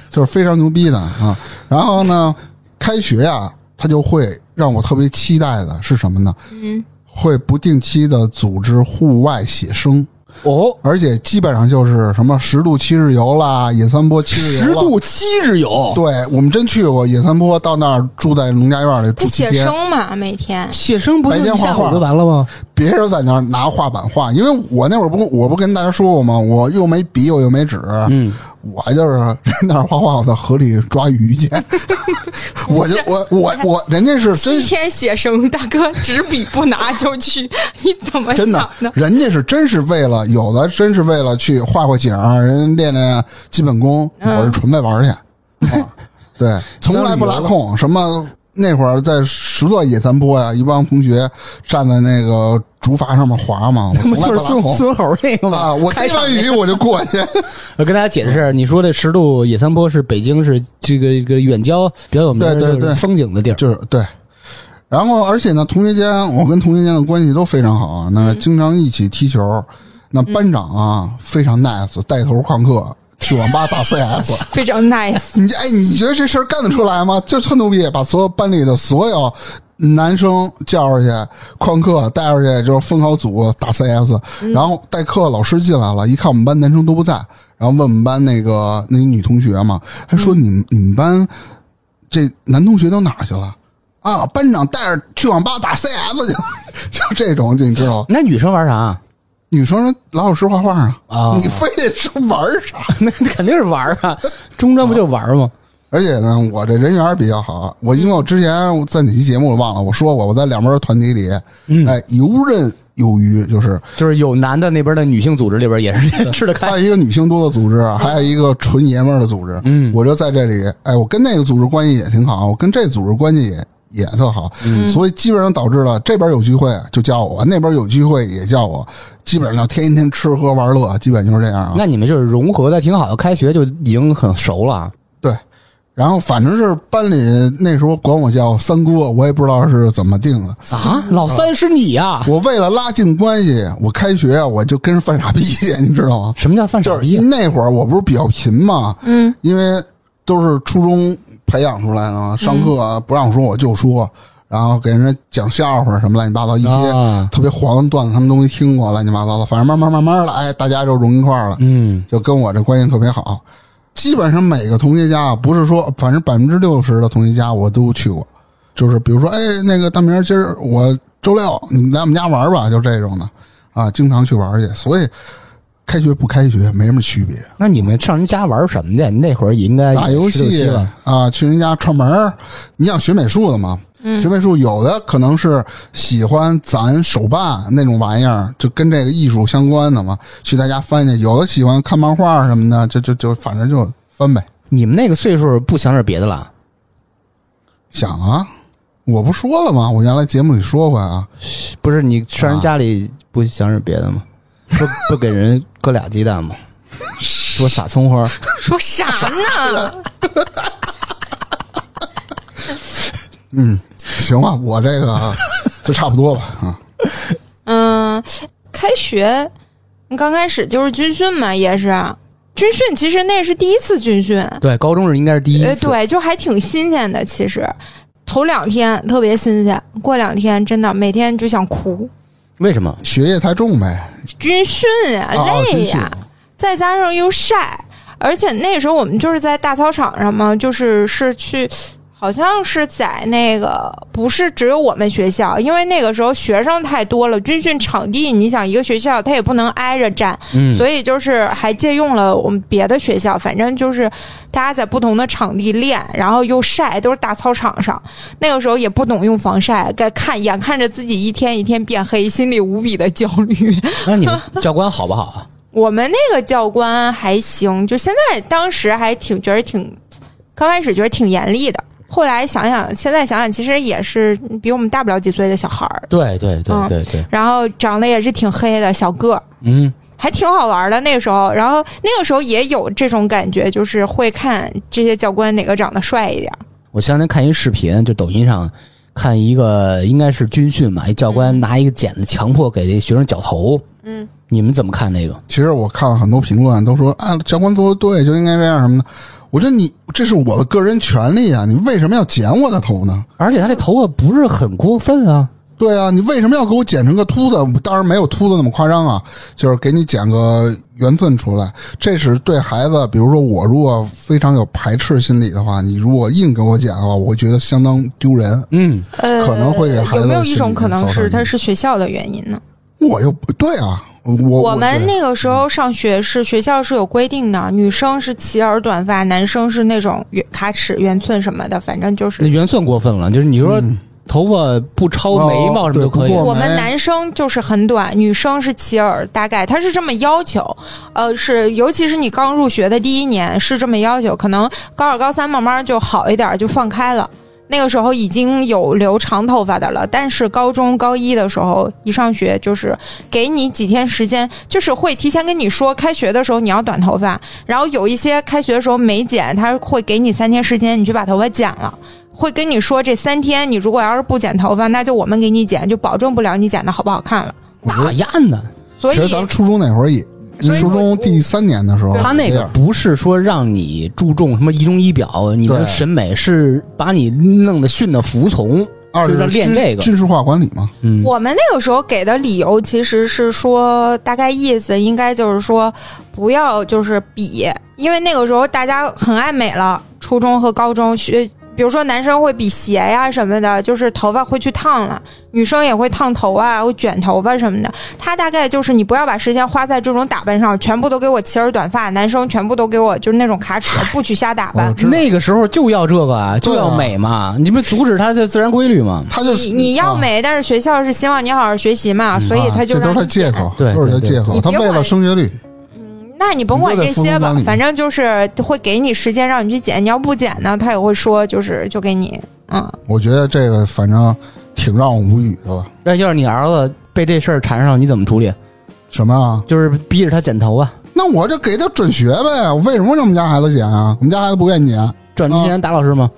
就是非常牛逼的啊。然后呢，开学呀、他就会让我特别期待的是什么呢？嗯，会不定期的组织户外写生，哦，而且基本上就是什么十渡七日游啦、野三坡七日游十啦。度七日游，对我们真去过野三坡，到那儿住在农家院里住这七写天。生嘛，每天写生不白就天一下画画午就完了吗？别人在那儿拿画板画，因为我那会儿不我不跟大家说过吗？我又没笔，我又没纸，嗯，我就是在那儿画画，我在河里抓鱼去。我就我我我，人家是真七天写生，大哥纸笔不拿就去，你怎么真的想的，？人家是真是为了有的真是为了去画画景，人练练基本功，嗯我是纯为玩去。 啊对，从来不拉空。什么那会儿在十座野三坡呀，一帮同学站在那个竹筏上面划嘛，我他从来不妈就是拉孙空。孙猴那个嘛啊！我逮开场完鱼我就过 去，我跟大家解释一下，你说的十渡野三坡是北京是这个这个远郊比较有名的对对就是对风景的地儿，就是对。然后，而且呢，同学间我跟同学间的关系都非常好啊，嗯那经常一起踢球。那班长啊，非常 nice，带头旷课，去网吧打 CS。非常 nice，你哎，你觉得这事儿干得出来吗？就特牛逼，把所有班里的所有男生叫出去旷课，带出去就是分考组打 CS，、然后代课老师进来了，一看我们班男生都不在，然后问我们班那个那女同学嘛，还说你们、你们班这男同学都哪儿去了？啊，班长带着去网吧打 CS 去了， 就这种，你知道吗？那女生玩啥啊？ 女生老老实实画画啊，啊你非得说玩儿啥？那肯定是玩儿啊，中专不就玩儿吗？而且呢，我这人缘儿比较好。我因为我之前在哪期节目我忘了，我说过我在两边团体里，哎，游刃有余。就是就是有男的那边的女性组织里边也是吃得 开还有一个女性多的组织，还有一个纯爷们儿的组织。嗯，我就在这里，哎，我跟那个组织关系也挺好，我跟这组织关系也也特好，所以基本上导致了这边有聚会就叫我，那边有聚会也叫我，基本上天天吃喝玩乐，基本就是这样啊。那你们就是融合的挺好的，开学就已经很熟了。对，然后反正是班里那时候管我叫三哥，我也不知道是怎么定的。啊，老三是你啊呀、 我为了拉近关系，我开学啊我就跟人犯傻逼去，你知 道吗？什么叫犯就傻啊是逼？那会儿我不是比较贫嘛，嗯，因为都是初中培养出来的嘛，上课啊不让说我就说，然后给人家讲笑话什么乱七八糟一些啊特别黄的段子，他们都没听过乱七八糟的，反正慢慢慢慢的，哎，大家就融一块儿了，嗯，就跟我这关系特别好。基本上每个同学家，不是说反正百分之六十的同学家我都去过，就是比如说，哎，那个大明儿，今儿我周六你来我们家玩儿吧，就这种的啊，经常去玩儿去。所以开学不开学没什么区别，那你们上人家玩什么去？那会儿也应该打游16戏17吧？啊，去人家串门儿。你想学美术的嘛？嗯学美术有的可能是喜欢攒手办那种玩意儿，就跟这个艺术相关的嘛，去他家翻去；有的喜欢看漫画什么的，就就就反正就翻呗。你们那个岁数不想点别的了？想啊，我不说了吗？我原来节目里说过啊， 不是你上人家里不想点别的吗？不 不给人搁俩鸡蛋吗？说撒葱花，说啥呢？行吧，我这个啊就差不多吧啊。嗯，开学刚开始就是军训嘛，也是军训，其实那是第一次军训，对，高中是应该是第一呃，次，对，就还挺新鲜的。其实头两天特别新鲜，过两天真的每天就想哭。为什么？学业太重呗，军训呀、啊啊，累军呀、训，再加上又晒，而且那时候我们就是在大操场上嘛，就是是去。好像是在那个不是只有我们学校，因为那个时候学生太多了，军训场地你想一个学校它也不能挨着站，嗯，所以就是还借用了我们别的学校，反正就是大家在不同的场地练，然后又晒，都是大操场上。那个时候也不懂用防晒，该看眼看着自己一天一天变黑，心里无比的焦虑。那你们教官好不好啊？我们那个教官还行，就现在当时还挺觉得挺，刚开始觉得挺严厉的，后来想想，现在想想其实也是比我们大不了几岁的小孩儿，对对对对对，然后长得也是挺黑的小个儿。嗯，还挺好玩的那个时候。然后那个时候也有这种感觉，就是会看这些教官哪个长得帅一点。我前两天看一视频，就抖音上看一个应该是军训嘛，一教官拿一个剪子强迫给这学生绞头。嗯，你们怎么看这个？其实我看了很多评论，都说啊，教官做的对，就应该这样什么的。我觉得你这是我的个人权利啊，你为什么要剪我的头呢？而且他这头发不是很过分啊，对啊，你为什么要给我剪成个秃子？当然没有秃子那么夸张啊，就是给你剪个圆寸出来。这是对孩子，比如说我如果非常有排斥心理的话，你如果硬给我剪的话，我会觉得相当丢人。嗯，呃，可能会给孩子有没有一心种理可能造成是影它响是学校的原因呢？我又不对啊，我我们那个时候上学是学校是有规定的，女生是齐耳短发，男生是那种圆卡尺、圆寸什么的，反正就那是。圆寸过分了，就是你说头发不超眉毛什么都可哦对以。不过我们没男生就是很短，女生是齐耳，大概他是这么要求，呃，是尤其是你刚入学的第一年是这么要求，可能高二、高三慢慢就好一点，就放开了。那个时候已经有留长头发的了，但是高中高一的时候一上学就是给你几天时间，就是会提前跟你说开学的时候你要短头发，然后有一些开学的时候没剪，他会给你三天时间，你去把头发剪了。会跟你说这三天，你如果要是不剪头发，那就我们给你剪，就保证不了你剪的好不好看了。哪样呢？所以其实咱们初中那会儿也，所以初中我第三年的时候，他那个不是说让你注重什么仪容仪表，你的对审美是把你弄得训得服从。二就是练这个军事化管理嘛，嗯，我们那个时候给的理由其实是说，大概意思应该就是说，不要就是比，因为那个时候大家很爱美了，初中和高中学。比如说，男生会比鞋呀什么的，就是头发会去烫了；女生也会烫头啊，会卷头发什么的。他大概就是你不要把时间花在这种打扮上，全部都给我齐耳短发，男生全部都给我就是那种卡尺，不许瞎打扮我。知道那个时候就要这个啊，就要美嘛，你不阻止它的自然规律吗？他就你你要啊美，但是学校是希望你好好学习嘛，所以啊他就这都 让是他你借口，嗯对都是他对借对口。他你别为了管升学率，那你甭管这你就些得服从吧管理，反正就是会给你时间让你去剪，你要不剪呢，他也会说就是就给你，嗯，我觉得这个反正挺让我无语的吧。那要是你儿子被这事儿缠上，你怎么处理？什么啊？就是逼着他剪头啊，那我就给他准学呗。我为什么让我们家孩子剪啊？我们家孩子不愿意剪，转嗯之前打老师吗？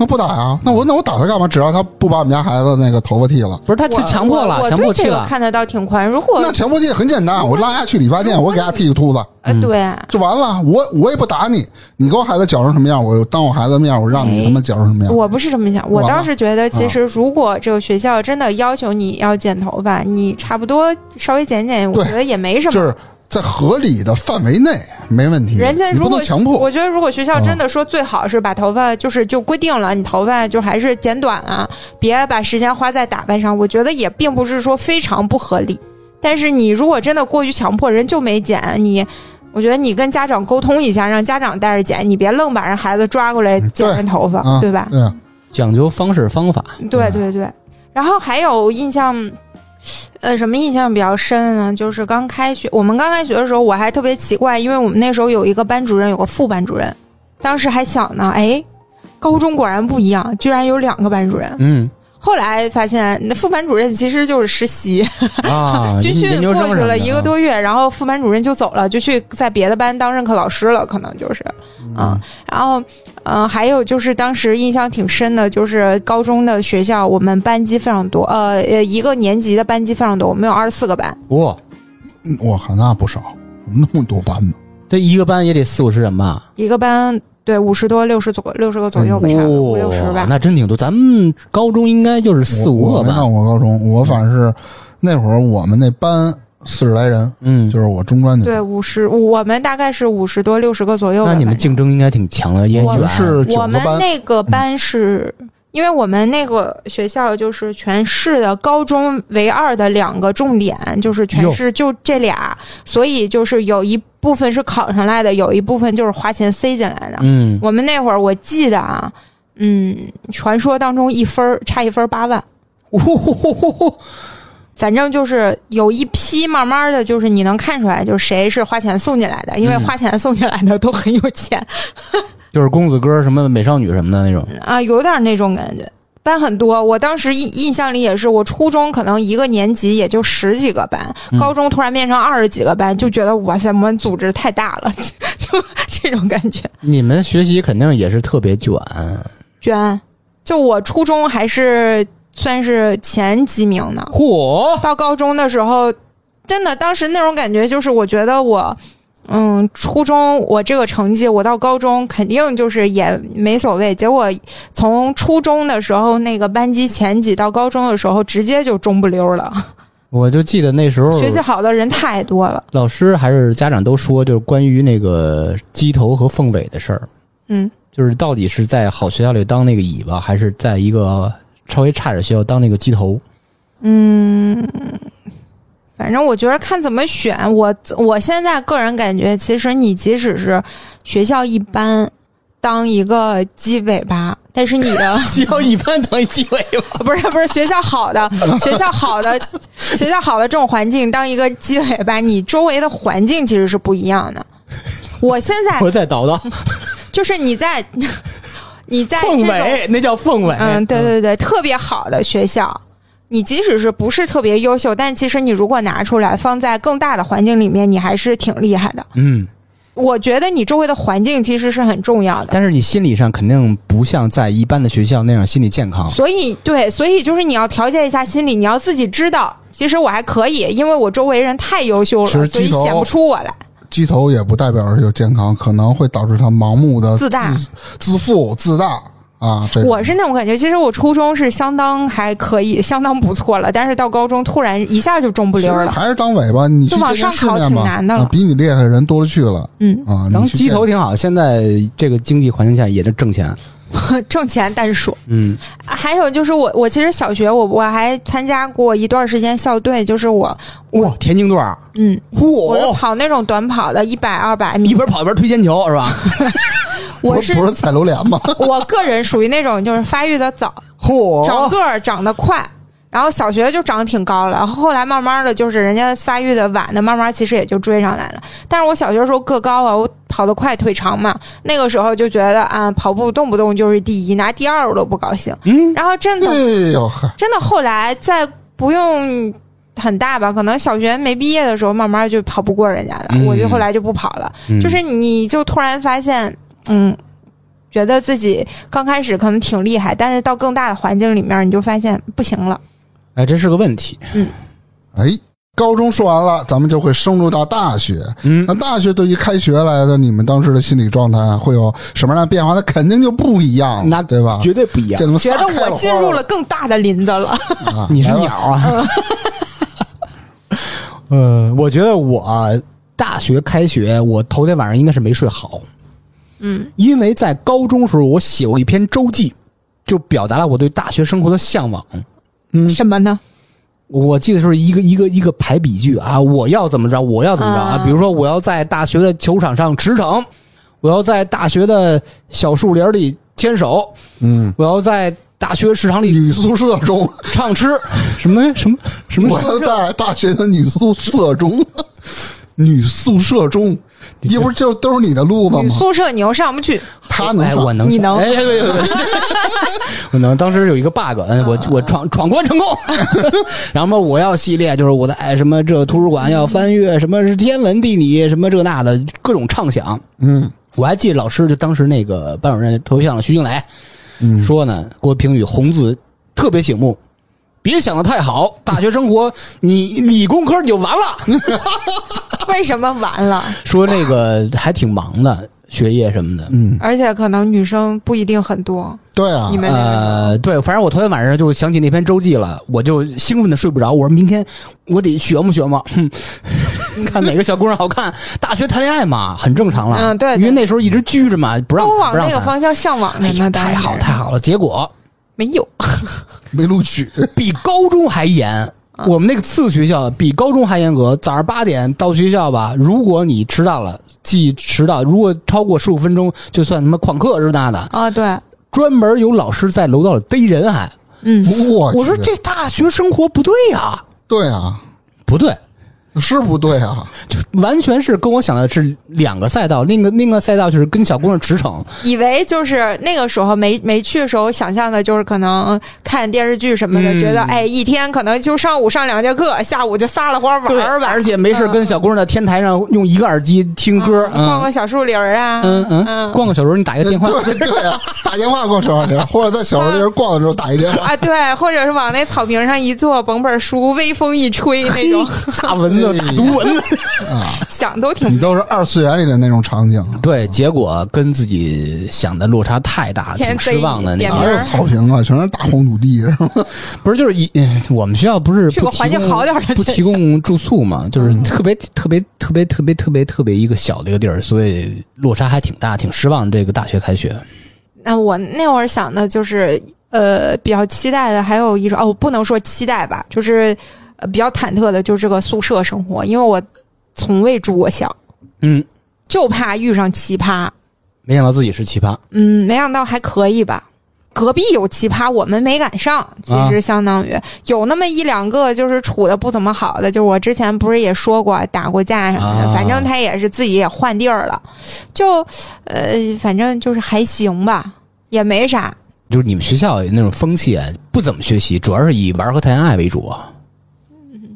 那不打呀？那我那我打他干嘛？只要他不把我们家孩子那个头发剃了，不是，他就我强迫我了，我强迫对剃这个了。看得到挺宽，如果那强迫剃很简单，我拉他去理发店，我给他剃个秃子呃嗯对，就完了。我我也不打你，你给我孩子搅成什么样，我当我孩子的面，我让你他妈搅成什么样。哎我不是这么想，我完了倒是觉得其实如果这个学校真的要求你要剪头发，你差不多稍微剪剪，我对觉得也没什就么。是在合理的范围内没问题，人家你如不果能强迫。啊我觉得如果学校真的说最好是把头发就是就规定了，你头发就还是剪短啊，别把时间花在打扮上。我觉得也并不是说非常不合理，但是你如果真的过于强迫，人就没剪你。我觉得你跟家长沟通一下，让家长带着剪，你别愣把人孩子抓过来嗯剪人头发，啊，对吧？对啊，讲究方式方法，对对对，然后还有印象，呃，什么印象比较深呢？就是刚开学，我们刚开学的时候，我还特别奇怪，因为我们那时候有一个班主任，有个副班主任，当时还想呢，哎，高中果然不一样，居然有两个班主任。嗯后来发现，那副班主任其实就是实习， 啊，军研训究过去生什么的啊了一个多月，然后副班主任就走了，就去在别的班当任课老师了，可能就是，嗯，然后，嗯、还有就是当时印象挺深的，就是高中的学校，我们班级非常多，呃呃，一个年级的班级非常多，我们有二十四个班，哇，嗯我靠，那不少，那么多班呢。这一个班也得四五十人吧？一个班对五十多六十左六十个左右吧，差不多五哎六十吧。那真挺多。咱们高中应该就是四五我个我没吧上？过高中，我反正是那会儿我们那班四十来人，嗯，就是我中专那会对，儿，五十，我们大概是五十多六十个左右吧。那你们反正竞争应该挺强的，也我我远们是九我个们班，那个嗯班是、因为我们那个学校就是全市的高中唯二的两个重点，就是全哟市就这俩，所以就是有一部分是考上来的，有一部分就是花钱塞进来的。 嗯，我们那会儿我记得啊，嗯，传说当中一分儿差一分儿八万。反正就是有一批，慢慢的就是你能看出来，就是谁是花钱送进来的，因为嗯花钱送进来的都很有钱。就是公子哥什么美少女什么的那种。啊，有点那种感觉。班很多，我当时印印象里也是，我初中可能一个年级也就十几个班，高中突然变成二十几个班，就觉得哇塞，我们组织太大了， 就这种感觉。你们学习肯定也是特别卷，娟，就我初中还是算是前几名呢，嚯！到高中的时候，真的当时那种感觉就是，我觉得我，嗯，初中我这个成绩，我到高中肯定就是也没所谓。结果从初中的时候那个班级前几到高中的时候，直接就中不溜了。我就记得那时候学习好的人太多了，老师还是家长都说，就是关于那个鸡头和凤尾的事儿，嗯，就是到底是在好学校里当那个尾巴，还是在一个稍微差点学校当那个鸡头？反正我觉得看怎么选。我我现在个人感觉，其实你即使是学校一般，当一个鸡尾巴，但是你的。学校一般当一鸡尾 巴，不是不是，学校好的，学校好的，学校好的这种环境，当一个鸡尾巴，你周围的环境其实是不一样的。我现在我再倒倒就是你 在你在这凤种尾，那叫凤尾。嗯，对对对，特别好的学校，你即使是不是特别优秀，但其实你如果拿出来放在更大的环境里面，你还是挺厉害的。嗯，我觉得你周围的环境其实是很重要的。但是你心理上肯定不像在一般的学校那样心理健康。所以，对，所以就是你要调节一下心理，你要自己知道，其实我还可以，因为我周围人太优秀其了，实所以鸡头显不出我来。鸡头也不代表是有健康，可能会导致他盲目的自大呃自负、自大啊。这种我是那种感觉，其实我初中是相当还可以，相当不错了，但是到高中突然一下就中不其溜实了。还是当尾巴，你去就往见见上世考面挺吧。难的啊了比你厉害的人多了去了嗯，啊。当你去鸡见头挺好，现在这个经济环境下也是挣钱。 挣钱但是说，嗯，还有就是我，我其实小学我我还参加过一段时间校队，就是我，哇，田径队儿，嗯，我是哦嚯，跑那种短跑的，一百、二百一 米。边跑一边推铅球是吧？我不是不是踩榴莲 吗？我个人属于那种就是发育的早，长嚯，个儿长得快，然后小学就长得挺高了，后来慢慢的就是人家发育的晚的，慢慢其实也就追上来了。但是我小学时候个高啊，我跑得快，腿长嘛，那个时候就觉得啊，跑步动不动就是第一，拿第二我都不高兴。嗯，然后真的哎呦呵，真的后来在不用很大吧，可能小学没毕业的时候，慢慢就跑不过人家了，嗯我就后来就不跑了。嗯就是你就突然发现，嗯，觉得自己刚开始可能挺厉害，但是到更大的环境里面，你就发现不行了。哎，这是个问题。哎。高中说完了，咱们就会升入到大学。嗯那大学对于开学来的你们当时的心理状态会有什么样的变化？那肯定就不一样了，那对吧？绝对不一样啊这。能觉撒得开我花进入了更大的林子了，啊， 你是来吧鸟啊？呃，我觉得我大学开学，我头天晚上应该是没睡好。嗯，因为在高中时候，我写过一篇周记，就表达了我对大学生活的向往。嗯什么呢？我记得是一个一个一个排比句啊，我要怎么着，我要怎么着啊啊？比如说，我要在大学的球场上驰骋，我要在大学的小树林里牵手，嗯，我要在大学食堂里女宿舍 中，唱诗，什么什么什么我要在大学的女宿舍中，女宿舍中，这不是就都是你的路子女吗？宿舍你又上不 去，他能哎，我上，能，你能哎，对对 对，我能。当时有一个 bug，哎嗯我我闯闯关成功， 然后嘛，我要系列就是我的哎什么这图书馆要嗯翻阅什么是天文地理什么这那的各种畅想。嗯我还记得老师就当时那个班主任头像的徐静蕾嗯，说呢，给我评语红字特别醒目。别想的太好，大学生活你理工科你就完了。 为什么完了？说那个还挺忙的，学业什么的。嗯，而且可能女生不一定很多，对啊你，们那个呃，对，反正我头天晚上就想起那篇周记了，我就兴奋的睡不着。我说明天我得学嘛学嘛， 哼看哪个小姑娘好看。大学谈恋爱嘛，很正常了。嗯对对因为那时候一直拘着嘛，不让都往不让那个谈方向向往哎着呀，呢，当太然好太好了！结果没有，没录取，比高中还严。嗯我们那个次学校比高中还严格，早上八点到学校吧，如果你迟到了，记迟到，如果超过十五分钟，就算他妈旷课是那的。啊，对，专门有老师在楼道里逮人还。嗯，我我说去这大学生活不对呀、对啊，不对，是不对啊，完全是跟我想的是两个赛道，另一个另一个赛道就是跟小姑娘驰骋，以为就是那个时候没没去的时候，想象的就是可能看电视剧什么的，嗯觉得哎一天可能就上午上两节课，下午就撒了欢儿玩儿吧，而且没事跟小姑娘在天台上用一个耳机听歌，嗯逛嗯个小树林儿啊，嗯嗯，嗯逛个小时候你打一个电话， 对对啊，打电话逛小时候，或者在小时候地儿逛的时候打一电话，啊，对，或者是往那草坪上一坐，捧本书，微风一吹那种，大蚊子、哎大毒蚊子。想都挺嗯你都是二次元里的那种场景， 对，结果跟自己想的落差太大，天挺失望的。贼点那个名哪儿有草坪啊，全是大黄土地，是吧？ 不是就是一，哎 我们学校不是去不个提环境供好点儿的不学提供住宿 嘛，就是特别特别特别特别特别特别一个小的一个地儿，所以落差还挺大，挺失望。这个大学开学，那我那会儿想的就是，呃，比较期待的还有一种哦，我不能说期待吧，就是、呃、比较忐忑的，就是这个宿舍生活，因为我从未住过校，嗯，就怕遇上奇葩。没想到自己是奇葩，嗯，没想到还可以吧。隔壁有奇葩，我们没赶上。其啊实相当于、有那么一两个，就是处的不怎么好的。就是我之前不是也说过打过架什么的，啊反正他也是自己也换地儿了，就呃，反正就是还行吧，也没啥。就是你们学校那种风气啊，不怎么学习，主要是以玩和谈恋爱为主啊。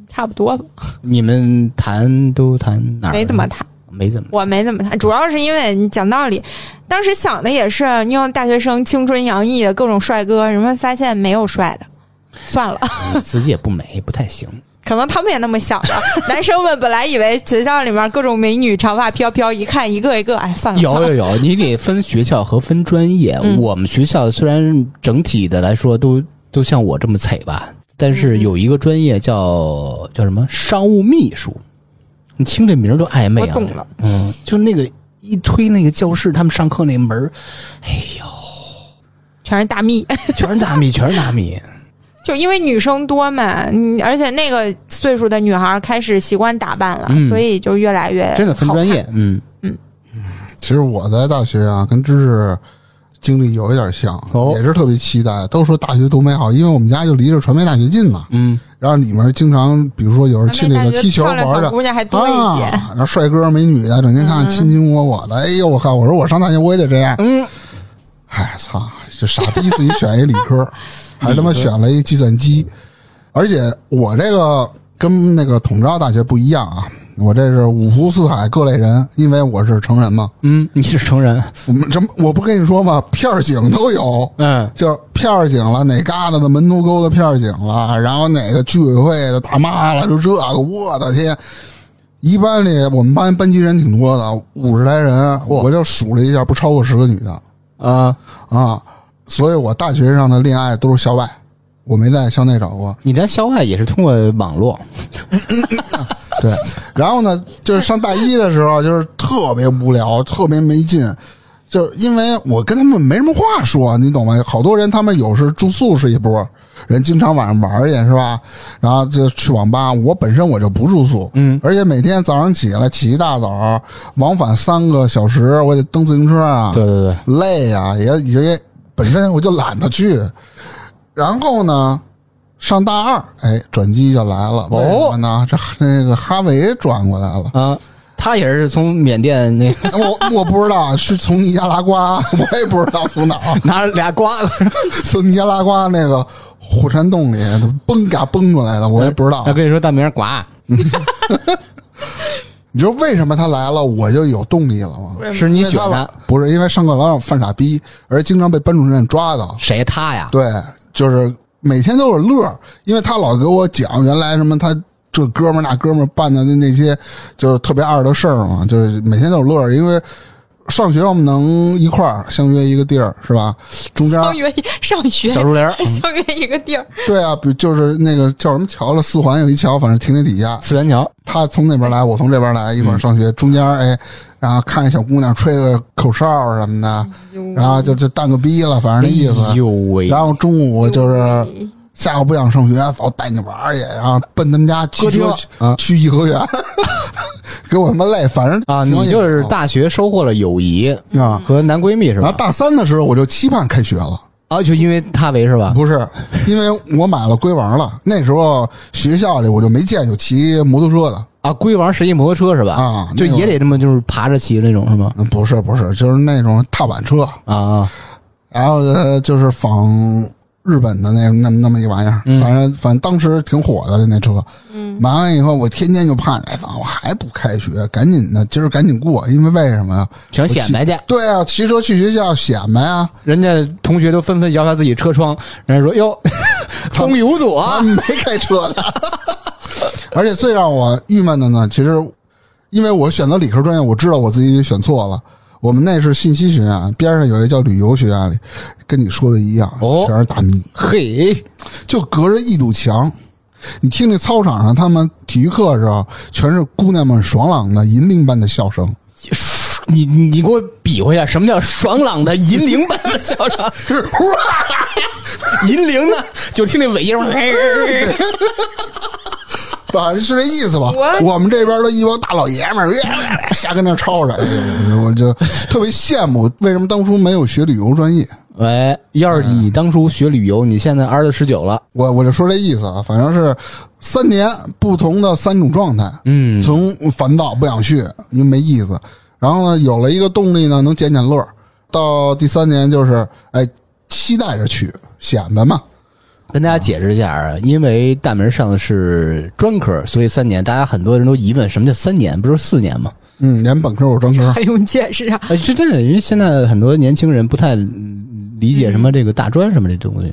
差不多吧，你们谈都谈哪儿？没怎么，谈，没怎么。我没怎么谈，主要是因为你讲道理，当时想的也是，你用大学生青春洋溢的各种帅哥，人们发现没有帅的，算了，自己也不美，不 太行。可能他们也那么想的。 男生们本来以为学校里面各种美女长发飘飘，一看一个一个，哎，算了，有算有了有，你得分学校和分专业。嗯我们学校虽然整体的来说都都像我这么惨吧，但嗯是有一个专业叫叫什么商务秘书，你听这名儿都暧昧我啊。懂了，嗯，就那个一推那个教室，他们上课那门儿全是大蜜， 全是大米，全是大米。就因为女生多嘛，嗯而且那个岁数的女孩开始习惯打扮了，嗯所以就越来越真的分好专看业，嗯，其实我在大学啊，跟知识经历有一点像，哦也是特别期待。都说大学多美好，因为我们家就离着传媒大学近呢。嗯，然后里面经常，比如说有时候去那那个踢球漂玩亮小的姑娘还多一啊些，，然后帅哥美女的，啊整天看嗯亲亲我我的。哎呦，我靠！我说我上大学我也得这样。嗯，哎操，这傻逼自己选一理科，还他妈选了一计算机。而且我这个跟那个统招大学不一样啊，我这是五湖四海各类人，因为我是成人嘛。嗯，你是成人，我们这么我不跟你说吗？片儿警都有，嗯，就是片儿警了，哪旮瘩的门头沟的片儿警了，然后哪个居委会的大妈了，就这个，我的天！一班里我们班班级人挺多的，五十来人，我就数了一下，不超过十个女的啊，啊。所以我大学上的恋爱都是校外，我没在校内找过。你在校外也是通过网络， 对，然后呢，就是上大一的时候，就是特别无聊，特别没劲，就是因为我跟他们没什么话说，你懂吗？好多人他们有时住宿是一波，人经常晚上玩儿去是吧？然后就去网吧。我本身我就不住宿，嗯，而且每天早上起来起一大早，往返三个小时，我得蹬自行车啊，对对对，。累啊，也也本身我就懒得去。然后呢，上大二，哎，转机就来了。为什么呢？这那个哈维转过来了 啊，他也是从缅甸那个我我不知道是从尼加拉瓜， 我也不知道从哪儿， 拿着俩瓜子， 从尼加拉瓜那个火山洞里蹦嘎蹦出来的，我也不知道他。跟你说大名儿呱，你知道为什么他来了，我就有动力了吗？嗯是你因为选他的老，不是因为上课老想犯傻逼，而经常被班主任抓到。谁他呀？对，就是每天都有乐儿，因为他老给我讲原来什么他这哥们儿那哥们儿办的那那些就是特别二的事儿嘛，就是每天都有乐儿，因为。上学我们能一块儿相约一个地儿是吧？中间上学上学小树林儿相约一个地儿，对啊，比就是那个叫什么桥了，四环有一桥，反正停那底下。四元桥，他从那边来，我从这边来，一会嗯儿上学，中间哎，然后看小姑娘吹个口哨什么的，然后就就当个逼了，反正那意哎思。呦喂，哎然后中午就是嗯下午不想上学，走带你玩儿去，然后奔他们家骑歌厅车了去啊去颐和园， 给我他妈累，反正啊，你就是大学收获了友谊啊。嗯和男闺蜜是然后吧？大三的时候，我就期盼开学了，啊，就因为他为是吧？不是因为我买了龟王了。那时候学校里我就没见有骑摩托车的，啊，龟王实际摩托车是吧？啊就那种也得这么就是爬着骑那种是吗？嗯不是不是，就是那种踏板车，啊，然后呃就是仿日本的那那那么一玩意儿，反正反正当时挺火的那车。嗯，买完以后我天天就盼着，哎操，我还不开学，赶紧的，今儿赶紧过，因为为什么呀？想显摆去，对啊，骑车去学校显摆啊，人家同学都纷纷摇下自己车窗，人家说 哟，风雨无阻 啊，啊，没开车的。而且最让我郁闷的呢，其实因为我选择理科专业，我知道我自己选错了。我们那是信息学院，边上有一个叫旅游学院里，跟你说的一样，哦全是大咪。嘿，就隔着一堵墙。你听那操场上他们体育课的时候，全是姑娘们爽朗的银铃般的笑声，你你你给我比划一下，什么叫爽朗的银铃般的笑 声？是哇， 银铃呢，就听那尾音， 反啊正是这意思吧。我我们这边的一帮大老爷们儿，呃瞎跟那吵着，哎呦我就特别羡慕，为什么当初没有学旅游专业？喂，要是你当初学旅游，你现在二十十九了，我我就说这意思啊，反正是三年不同的三种状态，嗯，从烦躁不想去，因为没意思。然后呢，有了一个动力呢，能捡捡乐儿。到第三年就是，哎，期待着去显摆嘛。跟大家解释一下啊，因为大门上的是专科，所以三年，大家很多人都疑问什么叫三年，不是四年吗？嗯，连本科我专科，还用解释啊？ 哎，这真的，因为现在很多年轻人不太嗯理解什么这个大专什么这东西，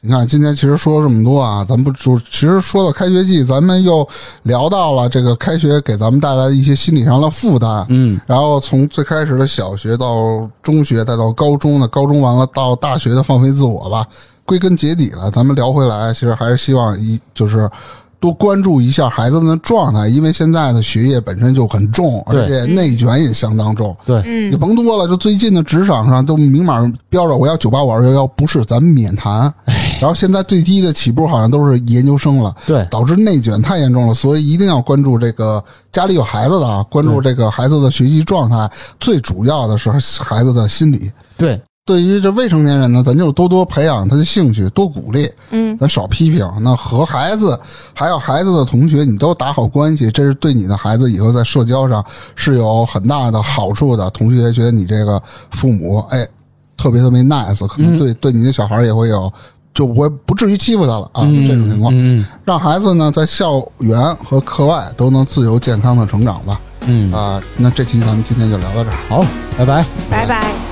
你看今天其实说了这么多啊，咱们不就其实说到开学季，咱们又聊到了这个开学给咱们带来的一些心理上的负担。嗯，然后从最开始的小学到中学，再到高中的，高中完了到大学的放飞自我吧。归根结底了，咱们聊回来，其实还是希望一就是多关注一下孩子们的状态，因为现在的学业本身就很重，对而且内卷也相当重。对，你甭多了，就最近的职场上都明码标着我要九八五二幺幺，不是咱们免谈。然后现在最低的起步好像都是研究生了，对导致内卷太严重了，所以一定要关注这个家里有孩子的啊，关注这个孩子的学习状态，最主要的是孩子的心理。对，对于这未成年人呢，咱就多多培养他的兴趣，多鼓励，嗯，咱少批评。那和孩子还有孩子的同学，你都打好关系，这是对你的孩子以后在社交上是有很大的好处的。同学觉得你这个父母，哎，特别特别 nice，可嗯能对、对你的小孩也会有，就不会不至于欺负他了啊，就这种情况。嗯让孩子呢在校园和课外都能自由健康的成长吧。嗯，啊、那这期咱们今天就聊到这儿。好，拜拜。拜拜。